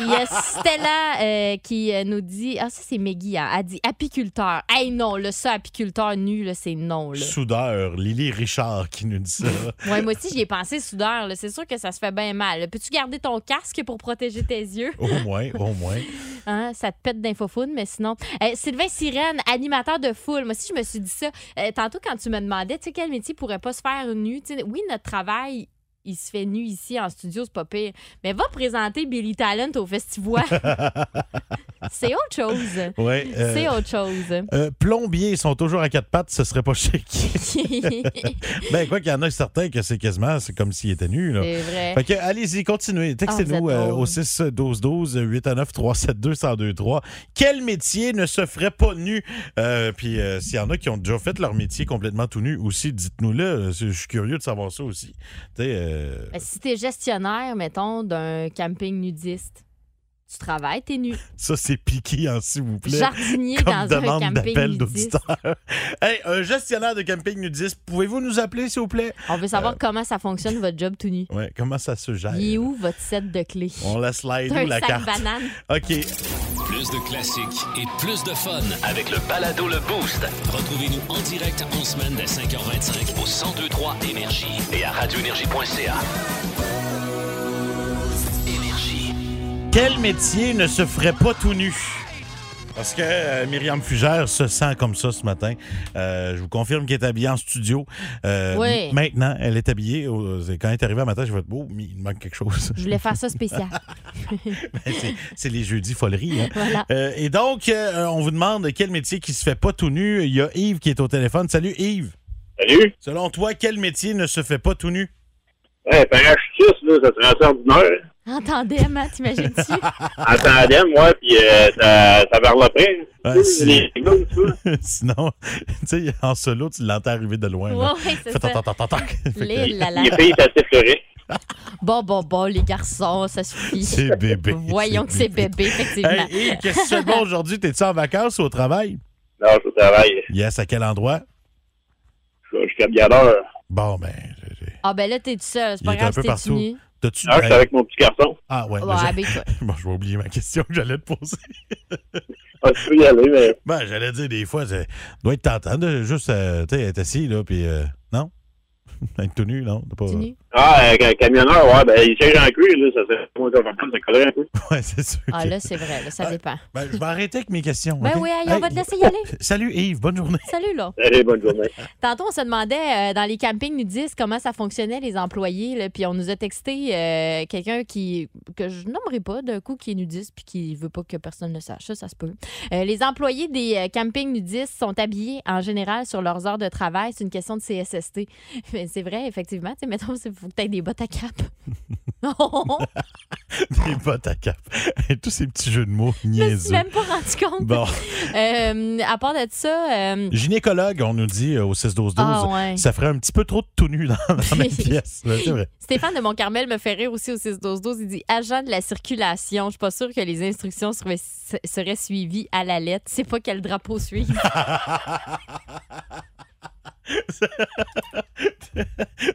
Speaker 6: Il y a Stella euh, qui euh, nous dit Ah, ça, c'est Meggy. hein. Elle dit apiculteur. Hey, non, là, ça, apiculteur nu, là, c'est non. Là.
Speaker 3: Soudeur, Lily Richard qui nous dit ça.
Speaker 6: Ouais, moi aussi, j'y ai pensé soudeur. là. C'est sûr que ça se fait bien mal. Peux-tu garder ton casque pour protéger tes yeux?
Speaker 3: au moins, au moins.
Speaker 6: Hein, ça te pète d'infofoune, mais sinon. Euh, Sylvain Sirène, animateur de foule. Moi aussi, je me suis dit ça. Euh, tantôt, quand tu me demandais, tu sais, quel métier pourrait pas se faire nu? tu sais, Oui, notre travail. Il se fait nu ici en studio, c'est pas pire. Mais va présenter Billy Talent au festival. c'est autre chose.
Speaker 3: Ouais, euh,
Speaker 6: C'est autre chose.
Speaker 3: euh, plombiers ils sont toujours à quatre pattes, ce serait pas chic. ben quoi qu'il y en a certains que c'est quasiment c'est comme s'ils étaient nus. Là.
Speaker 6: c'est vrai.
Speaker 3: Fait que, allez-y, continuez.
Speaker 6: Ah,
Speaker 3: Textez-nous
Speaker 6: vous êtes
Speaker 3: euh,
Speaker 6: drôle.
Speaker 3: au 6 12 12 8 à 9 372 1023. Quel métier ne se ferait pas nu? Euh, Puis euh, s'il y en a qui ont déjà fait leur métier complètement tout nu aussi, dites-nous-le. Euh, Je suis curieux de savoir ça aussi. Tu sais, euh,
Speaker 6: Ben, Si t'es gestionnaire, mettons, d'un camping nudiste, tu travailles, t'es nu.
Speaker 3: ça, c'est piqué, hein, s'il vous plaît.
Speaker 6: Jardinier
Speaker 3: Comme
Speaker 6: dans un
Speaker 3: demande
Speaker 6: camping
Speaker 3: d'appel
Speaker 6: nudiste.
Speaker 3: d'auditeur. hey, un gestionnaire de camping nudiste, pouvez-vous nous appeler, s'il vous plaît?
Speaker 6: On veut
Speaker 3: Euh.
Speaker 6: savoir comment ça fonctionne, votre job tout nu.
Speaker 3: Ouais, comment ça se gère?
Speaker 6: Il est où votre set de clés?
Speaker 3: Ben, On la slide
Speaker 6: T'as
Speaker 3: où,
Speaker 6: un
Speaker 3: la
Speaker 6: sac
Speaker 3: carte?
Speaker 6: banane.
Speaker 3: OK.
Speaker 1: Plus de classiques et plus de fun.
Speaker 2: Avec le balado Le Boost
Speaker 1: Retrouvez-nous en direct en semaine dès 5h25
Speaker 2: au 1023 Énergie et à radioénergie.ca. Énergie.
Speaker 3: Quel métier ne se ferait pas tout nu? Parce que euh, Myriam Fugère se sent comme ça ce matin. Euh, je vous confirme qu'elle est habillée en studio. Euh,
Speaker 6: Oui.
Speaker 3: Maintenant, elle est habillée. au- euh, Quand elle est arrivée un matin, je vais être beau, mais il manque quelque chose.
Speaker 6: Je voulais faire ça spécial.
Speaker 3: C'est- C'est les jeudis foleries. hein.
Speaker 6: Voilà.
Speaker 3: Euh, et donc, euh, on vous demande quel métier qui se fait pas tout nu. Il y a Yves qui est au téléphone. Salut Yves.
Speaker 4: Salut.
Speaker 3: Selon toi, quel métier ne se fait pas tout nu?
Speaker 4: Ouais, parachutiste, là, ça serait assez ordinaire.
Speaker 6: En tandem, hein, t'imagines-tu?
Speaker 3: Ah,
Speaker 4: En tandem, ouais, puis euh, ça, ça varloperait.
Speaker 3: Ouais, c'est-
Speaker 4: les gnomes, tout ça.
Speaker 3: Sinon, tu sais, en solo, tu l'entends arriver de loin.
Speaker 6: Ouais,
Speaker 3: là.
Speaker 6: ouais,
Speaker 3: Fait
Speaker 6: c'est ça.
Speaker 3: toc, toc, toc, toc. Fait que-
Speaker 6: Les lala.
Speaker 4: Les filles, ça s'effleurait.
Speaker 6: Bon, bon, bon, les garçons, ça suffit.
Speaker 3: C'est bébé.
Speaker 6: Voyons que c'est bébé, effectivement.
Speaker 3: Hey, Yves, qu'est-ce que tu fais de bon aujourd'hui? T'es-tu en vacances ou au travail?
Speaker 4: Non, je travaille.
Speaker 3: Yes, à quel endroit?
Speaker 4: Je je suis camionneur.
Speaker 3: Bon, ben. j'ai- j'ai-
Speaker 6: Ah, ben là, t'es tout seul. C'est
Speaker 3: Il
Speaker 6: pas
Speaker 3: est un
Speaker 6: grave
Speaker 3: peu
Speaker 6: si t'es tout
Speaker 3: partout.
Speaker 6: nu.
Speaker 3: T'as-tu.
Speaker 4: Non, je suis avec mon petit garçon.
Speaker 3: Ah, ouais.
Speaker 6: Ouais,
Speaker 3: mais j'ai-
Speaker 6: habille-toi.
Speaker 3: Bon, je vais oublier ma question que j'allais te poser.
Speaker 4: Ah, tu peux y aller, mais
Speaker 3: Ben, j'allais dire des fois, ça doit être tentant de juste, euh, tu sais, être assis, là, puis. euh, non? être tout nu, non? T'as pas-
Speaker 6: T'es nu.
Speaker 4: ah, un ca- camionneur, ouais, ben il change en cuir, là, ça serait moins confortable, ça collerait un peu.
Speaker 3: Ouais, c'est sûr.
Speaker 6: Ah,
Speaker 3: que-
Speaker 6: là, c'est vrai, là, ça
Speaker 3: Ah.
Speaker 6: dépend.
Speaker 3: Ben, je vais arrêter avec mes questions.
Speaker 6: Ben
Speaker 3: ok?
Speaker 6: oui, allez, on va te laisser y aller.
Speaker 3: Salut Yves, bonne journée.
Speaker 6: Salut, là.
Speaker 4: Allez, bonne journée.
Speaker 6: Tantôt, on se demandait euh, dans les campings nudistes comment ça fonctionnait les employés. là, puis on nous a texté euh, quelqu'un qui que je nommerai pas d'un coup qui est nudiste puis qui veut pas que personne le sache. Ça, ça se peut. Euh, les employés des euh, campings nudistes sont habillés en général sur leurs heures de travail. C'est une question de CSST. Mais c'est vrai, effectivement. Tu sais, mettons, il faut que tu des bottes à cap. je
Speaker 3: Des bottes à cap. Tous ces petits jeux de mots
Speaker 6: me suis
Speaker 3: niaiseux.
Speaker 6: même pas rendu compte.
Speaker 3: Bon.
Speaker 6: Euh, à part de ça, euh,
Speaker 3: Gynécologue, on nous dit euh, au 6-12-12.
Speaker 6: ah ouais.
Speaker 3: Ça ferait un petit peu trop de tout nu dans, dans la pièce. Ouais, C'est vrai.
Speaker 6: Stéphane de Montcarmel me fait rire aussi au 6-12-12. Il dit agent de la circulation. Je suis pas sûre que les instructions seraient, seraient suivies à la lettre. C'est pas quel drapeau suivre.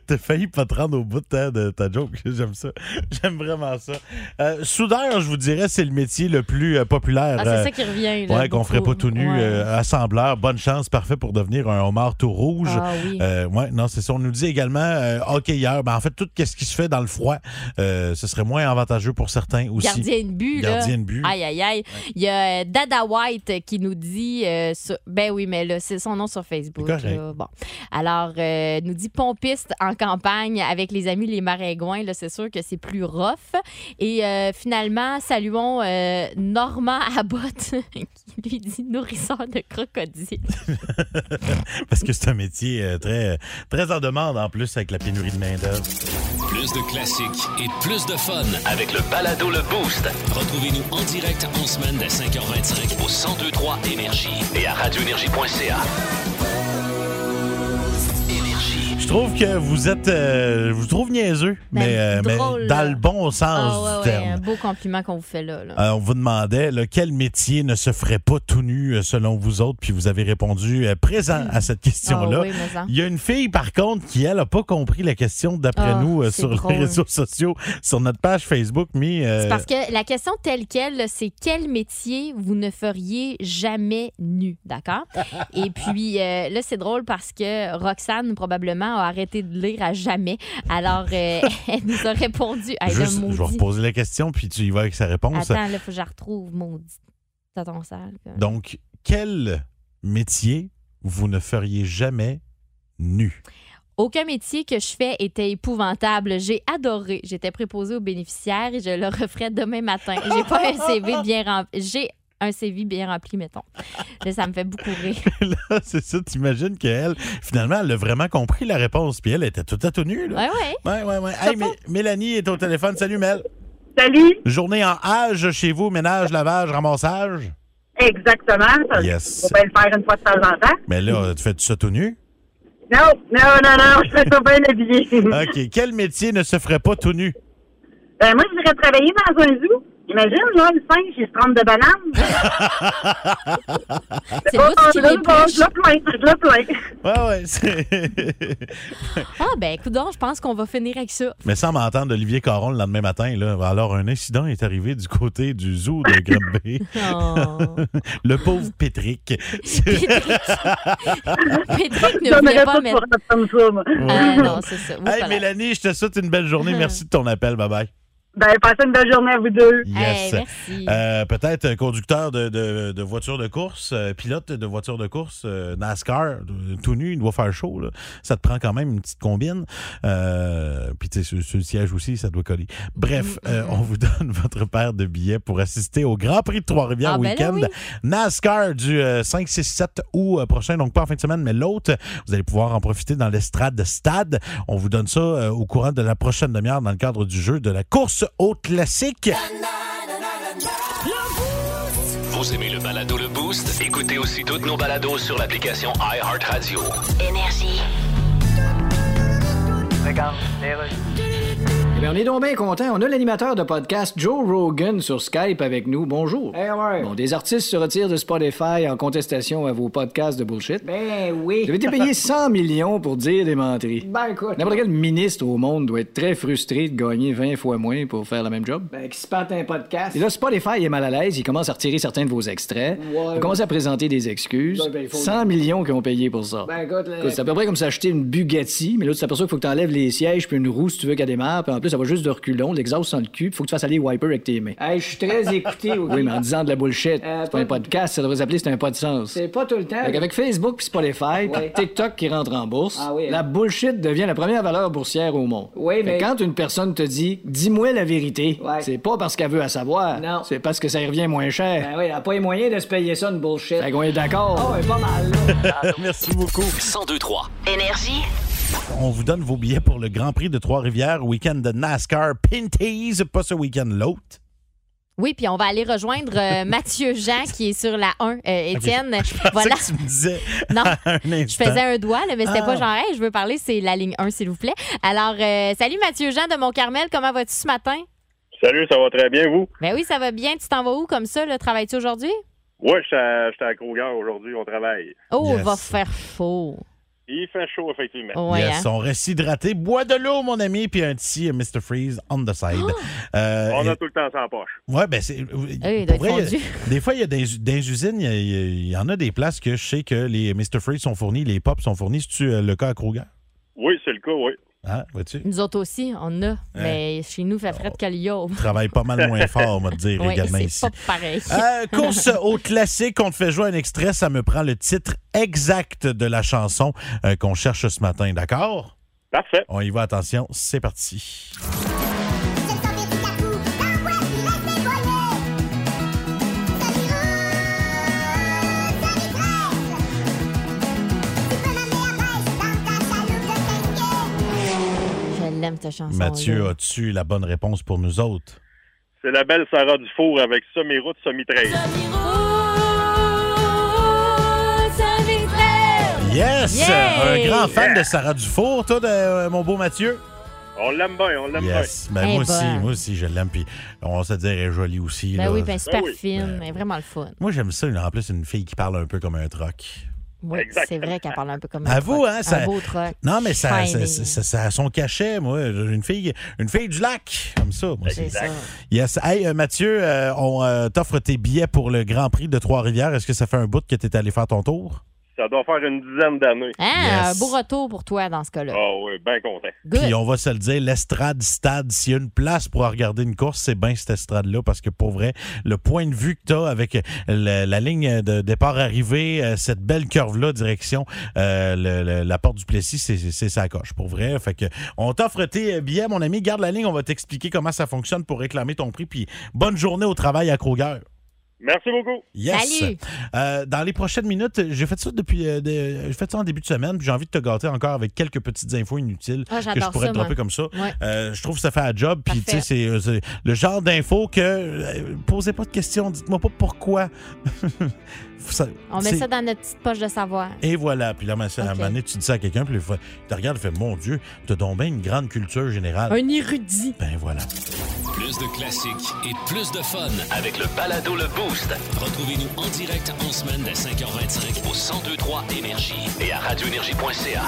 Speaker 3: T'as failli pas te rendre au bout de ta, de ta joke. J'aime ça. J'aime vraiment ça. Euh, soudeur, je vous dirais, c'est le métier le plus euh, populaire.
Speaker 6: Ah,
Speaker 3: euh,
Speaker 6: c'est ça qui revient. Là,
Speaker 3: ouais, qu'on ferait pas tout nu.
Speaker 6: Ouais.
Speaker 3: euh, assembleur, bonne chance, parfait pour devenir un homard tout rouge.
Speaker 6: ah oui.
Speaker 3: Euh, ouais, non, c'est ça. On nous dit également euh, hockeyeur. Ben, en fait, tout ce qui se fait dans le froid, euh, ce serait moins avantageux pour certains aussi.
Speaker 6: Gardien de but, là.
Speaker 3: Gardien de but.
Speaker 6: Aïe, aïe, aïe. Il y a euh, Dada White qui nous dit. euh, sur- Ben oui, mais là, c'est son nom sur Facebook.
Speaker 3: C'est correct.
Speaker 6: là. Bon. Alors, euh, nous dit pompiste en campagne avec les amis les maringouins. Là, c'est sûr que c'est plus rough. Et euh, finalement, saluons euh, Normand Abbott qui lui dit nourrisseur de crocodile.
Speaker 3: Parce que c'est un métier euh, très, très en demande en plus avec la pénurie de main-d'œuvre.
Speaker 1: Plus de classiques et plus de fun.
Speaker 2: Avec le balado Le Boost
Speaker 1: Retrouvez-nous en direct en semaine dès 5h25
Speaker 2: au 1023 Énergie et à radioénergie.ca. Énergie.
Speaker 3: Je trouve que vous êtes. euh, je vous trouve niaiseux,
Speaker 6: Ben,
Speaker 3: mais, euh, mais
Speaker 6: drôle, là.
Speaker 3: dans le bon sens
Speaker 6: Ah, ouais,
Speaker 3: du
Speaker 6: ouais,
Speaker 3: terme.
Speaker 6: un beau compliment qu'on vous fait là. là.
Speaker 3: Euh, on vous demandait là, quel métier ne se ferait pas tout nu euh, selon vous autres, puis vous avez répondu euh, présent à cette question-là.
Speaker 6: Ah oui, mais ça.
Speaker 3: Il y a une fille, par contre, qui, elle, n'a pas compris la question d'après
Speaker 6: Ah,
Speaker 3: nous euh,
Speaker 6: c'est
Speaker 3: sur
Speaker 6: drôle.
Speaker 3: les réseaux sociaux, sur notre page Facebook, mais euh,
Speaker 6: C'est parce que la question telle qu'elle, là, c'est quel métier vous ne feriez jamais nu, d'accord? Et puis euh, là, c'est drôle parce que Roxane, probablement, a arrêté de lire à jamais. Alors, euh, elle nous a répondu. Hey, là,
Speaker 3: juste, je vais
Speaker 6: maudit.
Speaker 3: reposer la question, puis tu y vas avec sa réponse.
Speaker 6: Attends, là, faut que je la retrouve, maudit. T'as ton sale. quoi.
Speaker 3: Donc, quel métier vous ne feriez jamais nu?
Speaker 6: Aucun métier que je fais était épouvantable. J'ai adoré. J'étais préposée aux bénéficiaires et je le referai demain matin. J'ai pas un CV bien rempli. J'ai un CV bien rempli, mettons. Là, ça me fait beaucoup rire.
Speaker 3: Là, c'est ça, t'imagines qu'elle, finalement, elle a vraiment compris la réponse, puis elle était tout à tout nue. Là.
Speaker 6: Ouais, ouais.
Speaker 3: Ouais, ouais, ouais. Hey, Mé- Mélanie est au téléphone. Salut, Mél.
Speaker 9: Salut.
Speaker 3: Journée en âge chez vous, ménage, lavage, ramassage.
Speaker 9: Exactement. Ça,
Speaker 3: Yes.
Speaker 9: On peut le faire une fois de temps en temps.
Speaker 3: Mais là, tu fais tout ça tout nu?
Speaker 9: Non, non, non, non, je suis pas bien habillée.
Speaker 3: OK. Quel métier ne se ferait pas tout nu?
Speaker 9: Euh, moi, je voudrais travailler dans un zoo. Imagine, genre, le singe, il se trompe de banane.
Speaker 6: C'est beau ce qu'il
Speaker 9: Ah, là,
Speaker 6: est
Speaker 9: bon,
Speaker 6: plus.
Speaker 9: je le plains, je le plains.
Speaker 3: Ouais, ouais. c'est-
Speaker 6: Ah ben coudon, je pense qu'on va finir avec ça.
Speaker 3: Mais sans m'entendre, Olivier Caron le lendemain matin, là. Alors, un incident est arrivé du côté du zoo de Grimby.
Speaker 6: Oh.
Speaker 3: le pauvre Pétrick. C'est-
Speaker 6: Patrick ne
Speaker 9: Ça m'aurait
Speaker 6: voulait pas
Speaker 9: pas
Speaker 6: mettre.
Speaker 9: pour comme ça, moi.
Speaker 6: Ah non, c'est ça. Ouf,
Speaker 3: Hey,
Speaker 6: là.
Speaker 3: Mélanie, je te souhaite une belle journée. Merci de ton appel. Bye-bye.
Speaker 9: Ben, passez une belle journée à vous deux.
Speaker 6: Hey,
Speaker 3: Yes.
Speaker 6: merci.
Speaker 3: Euh, Peut-être euh, conducteur de, de, de voiture de course, euh, pilote de voiture de course, euh, NASCAR, euh, tout nu, il doit faire chaud. là. Ça te prend quand même une petite combine. Euh, Puis tu sais, sur, sur le siège aussi, ça doit coller. Bref,
Speaker 6: Mm,
Speaker 3: euh, on vous donne votre paire de billets pour assister au Grand Prix de Trois-Rivières
Speaker 6: Ah, ben là,
Speaker 3: week-end.
Speaker 6: oui.
Speaker 3: NASCAR du 5-6-7 août euh, prochain, donc pas en fin de semaine, mais l'autre, vous allez pouvoir en profiter dans l'estrade stade. On vous donne ça euh, au courant de la prochaine demi-heure dans le cadre du jeu de la course au classique.
Speaker 2: Vous aimez le balado Le Boost? Écoutez aussi toutes nos balados sur l'application iHeartRadio.
Speaker 10: Énergie.
Speaker 8: Regarde, les rues.
Speaker 5: Eh bien, on est donc bien contents. On a l'animateur de podcast Joe Rogan sur Skype avec nous. Bonjour. Bon, des artistes se retirent de Spotify en contestation à vos podcasts de bullshit.
Speaker 8: Ben oui.
Speaker 5: Vous avez été payé 100 millions pour dire des menteries.
Speaker 8: Ben écoute.
Speaker 5: N'importe quel ministre au monde doit être très frustré de gagner 20 fois moins pour faire le même job.
Speaker 8: Ben, qui se pâte un podcast.
Speaker 5: Et là, Spotify est mal à l'aise, il commence à retirer certains de vos extraits,
Speaker 8: Ouais,
Speaker 5: il commence à présenter des excuses.
Speaker 8: Ouais, ben, il faut-
Speaker 5: 100 millions qui ont payé pour ça.
Speaker 8: Ben écoute, là,
Speaker 5: Écoute, c'est à peu près comme s'acheter une Bugatti, mais là, tu t'aperçois qu'il faut que t'enlèves les sièges, puis une roue si tu veux qu'elle démarre, puis en plus, ça va juste de reculons, l'exhaust sans le cul, puis faut que tu fasses aller les wipers avec tes mains.
Speaker 8: hey, je suis très écouté. ok?
Speaker 5: Oui, mais en disant de la bullshit,
Speaker 8: Euh,
Speaker 5: c'est pas un
Speaker 8: pas-
Speaker 5: podcast, ça devrait s'appeler c'est un pas de sens.
Speaker 8: C'est pas tout le temps.
Speaker 5: Fait qu'avec Facebook puis Spotify, puis TikTok qui rentre en bourse,
Speaker 8: Ah oui, hein.
Speaker 5: la bullshit devient la première valeur boursière au monde.
Speaker 8: Oui,
Speaker 5: Fait
Speaker 8: mais-
Speaker 5: quand une personne te dit dis-moi la vérité,
Speaker 8: Ouais.
Speaker 5: c'est pas parce qu'elle veut à savoir,
Speaker 8: Non.
Speaker 5: c'est parce que ça y revient moins cher.
Speaker 8: Ben oui, elle a pas les moyens de se payer ça une bullshit.
Speaker 5: Fait qu'on est d'accord.
Speaker 8: Oh, elle est pas mal là.
Speaker 3: Merci beaucoup.
Speaker 2: 1023.
Speaker 10: Énergie.
Speaker 3: On vous donne vos billets pour le Grand Prix de Trois-Rivières, week-end de NASCAR Pinties, pas ce week-end, l'autre.
Speaker 6: Oui, puis on va aller rejoindre euh, Mathieu Jean qui est sur la 1.
Speaker 3: Ah,
Speaker 6: Euh, Étienne, voilà.
Speaker 3: C'est ce que tu me disais
Speaker 6: Non.
Speaker 3: à un
Speaker 6: Je
Speaker 3: instant.
Speaker 6: faisais un doigt, là, mais c'était
Speaker 3: Ah.
Speaker 6: pas genre, Hey, je veux parler, c'est la ligne 1, s'il vous plaît. Alors, euh, salut Mathieu Jean de Mont-Carmel, comment vas-tu ce matin?
Speaker 4: Salut, ça va très bien, vous?
Speaker 6: Ben oui, ça va bien. Tu t'en vas où comme ça? là? Travailles-tu aujourd'hui?
Speaker 4: Oui, j'étais à Kruger aujourd'hui, on travaille.
Speaker 6: Oh,
Speaker 3: Yes.
Speaker 6: va faire faux.
Speaker 4: Il fait chaud, effectivement.
Speaker 6: Ouais,
Speaker 3: Yes,
Speaker 6: hein.
Speaker 3: on reste hydraté. Bois de l'eau, mon ami, puis un petit euh, Mr. Freeze on the side.
Speaker 6: Oh!
Speaker 3: Euh,
Speaker 4: On a
Speaker 3: et-
Speaker 4: tout le temps sans poche.
Speaker 3: ouais, ben c'est. pour
Speaker 6: il doit être
Speaker 3: vrai, euh,
Speaker 6: fondu.
Speaker 3: Des fois, il y a des, des usines, il y a- il y, a- il y en a des places que je sais que les Mr. Freeze sont fournis, les Pops sont fournis. C'est-tu euh, le cas à Kruger?
Speaker 4: Oui, c'est le cas, oui.
Speaker 3: Hein, vois-tu?
Speaker 6: Nous autres aussi, on a. Mais chez nous, fait fret qu'il y a.
Speaker 3: Travaille pas mal moins fort, on va te dire
Speaker 6: Oui,
Speaker 3: également Oh. ici.
Speaker 6: c'est pas pareil.
Speaker 3: Euh, course au classique, on te fait jouer un extrait, ça me prend le titre exact de la chanson euh, qu'on cherche ce matin, d'accord?
Speaker 4: Parfait.
Speaker 3: On y va, attention, c'est parti.
Speaker 6: Je l'aime, ta chanson.
Speaker 3: Mathieu, euh, as-tu la bonne réponse pour nous autres?
Speaker 4: C'est la belle Sarah Dufour avec Semi-Route, Semi-Trail.
Speaker 3: Yes! Yes!
Speaker 6: Yay!
Speaker 3: Un grand fan de Sarah Dufour, toi, de, euh, mon beau Mathieu.
Speaker 4: On l'aime bien, on l'aime
Speaker 3: Yes. Ben,
Speaker 6: Eh
Speaker 3: moi
Speaker 6: ben.
Speaker 3: aussi, moi aussi, je l'aime. Puis on va se dire, elle est jolie aussi.
Speaker 6: Ben
Speaker 3: là.
Speaker 6: oui, ben super
Speaker 4: Ah oui.
Speaker 6: fine, mais vraiment le fun.
Speaker 3: Moi, j'aime ça. une- En plus, une fille qui parle un peu comme un troc.
Speaker 6: Oui,
Speaker 4: Exact.
Speaker 6: c'est vrai qu'elle parle un peu comme un
Speaker 3: À vous,
Speaker 6: troc.
Speaker 3: hein? Ça,
Speaker 6: Un beau troc.
Speaker 3: Non, mais ça,
Speaker 6: Fin,
Speaker 3: ça, ça, ça- ça a son cachet, moi. Une fille, une fille du lac, comme ça. Moi,
Speaker 6: C'est ça.
Speaker 3: Yes. Hey, euh, Mathieu, euh, on euh, t'offre tes billets pour le Grand Prix de Trois-Rivières. Est-ce que ça fait un bout que tu es allé faire ton tour?
Speaker 4: Ça doit faire une dizaine d'années.
Speaker 6: Hein,
Speaker 3: Yes. Oh,
Speaker 6: Un beau retour pour toi dans ce cas-là.
Speaker 4: Ah oui, bien content.
Speaker 6: Good.
Speaker 3: Puis on va se le dire, l'estrade stade, s'il y a une place pour regarder une course, c'est bien cette estrade-là, parce que pour vrai, le point de vue que tu as avec le- la ligne de départ-arrivée, euh, cette belle curve-là, direction euh, le- le- la porte du Plessis, c'est- c'est c'est sa coche, pour vrai. Fait que on t'offre tes billets, mon ami, garde la ligne, on va t'expliquer comment ça fonctionne pour réclamer ton prix, puis bonne journée au travail à Kroger.
Speaker 4: Merci beaucoup.
Speaker 3: Yes.
Speaker 6: Salut.
Speaker 3: Euh, dans les prochaines minutes, j'ai fait ça depuis, euh, de- j'ai fait ça en début de semaine, puis j'ai envie de te gâter encore avec quelques petites infos inutiles
Speaker 6: Ah,
Speaker 3: que je
Speaker 6: j'adore
Speaker 3: pourrais
Speaker 6: ça,
Speaker 3: te
Speaker 6: moi.
Speaker 3: dropper comme ça.
Speaker 6: Ouais.
Speaker 3: Euh, je trouve que ça fait un job. Puis, tu sais,
Speaker 6: Parfait.
Speaker 3: c'est euh, c'est le genre d'infos que. euh, posez pas de questions, dites-moi pas pourquoi. Ça-
Speaker 6: On met
Speaker 3: c'est-
Speaker 6: ça dans notre petite poche de savoir.
Speaker 3: Et voilà. Puis là, ma- à un
Speaker 6: Ok.
Speaker 3: moment donné, tu dis ça à quelqu'un, puis il fait- il te regarde, il fait Mon Dieu, t'as donc bien une grande culture générale.
Speaker 6: Un érudit.
Speaker 3: Ben voilà.
Speaker 1: Plus de classiques et plus de fun.
Speaker 2: Avec le balado Le Boost
Speaker 1: Retrouvez-nous en direct en semaine dès 5h25
Speaker 2: au 1023 Énergie et à radioénergie.ca.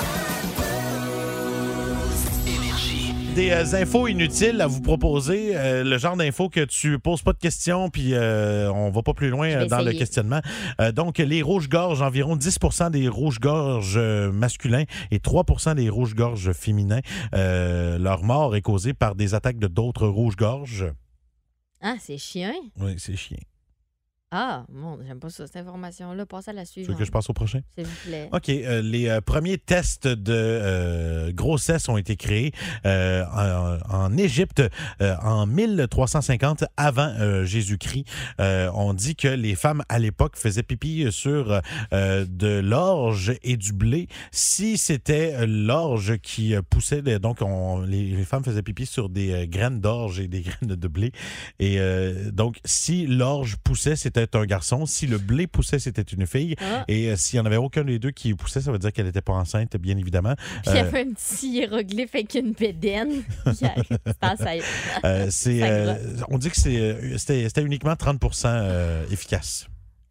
Speaker 2: Énergie.
Speaker 3: Des euh, infos inutiles à vous proposer, euh, le genre d'infos que tu poses pas de questions, puis euh, on va pas plus loin
Speaker 6: Je vais
Speaker 3: euh, dans le
Speaker 6: essayer.
Speaker 3: questionnement. Euh, donc, les rouges-gorges, environ 10 des rouges-gorges euh, masculins et 3 des rouges-gorges féminins. Euh, leur mort est causée par des attaques de d'autres rouges-gorges.
Speaker 6: Ah, c'est chien.
Speaker 3: Oui, c'est chiant.
Speaker 6: Ah, mon, j'aime pas ça, cette information-là. Passe à la
Speaker 3: Tu
Speaker 6: suivante.
Speaker 3: veux que je passe au prochain?
Speaker 6: S'il vous plaît.
Speaker 3: OK. euh, les euh, premiers tests de euh, grossesse ont été créés euh, en, en Égypte euh, en 1350 avant euh, Jésus-Christ. Euh, on dit que les femmes à l'époque faisaient pipi sur euh, de l'orge et du blé. Si c'était euh, l'orge qui euh, poussait, de- donc on- les, les femmes faisaient pipi sur des euh, graines d'orge et des graines de blé. Et euh, donc, si l'orge poussait, c'était un garçon. Si le blé poussait, c'était une fille.
Speaker 6: Ah.
Speaker 3: Et euh, s'il n'y en avait aucun des deux qui poussait, ça veut dire qu'elle n'était pas enceinte, bien évidemment. Euh,
Speaker 6: Puis il y avait un petit hiéroglyphe avec une bédaine. qui arrive. Ah, ça y est.
Speaker 3: Euh, c'est,
Speaker 6: Ça
Speaker 3: euh, on dit que c'est, euh, c'était, c'était uniquement 30 euh, efficace.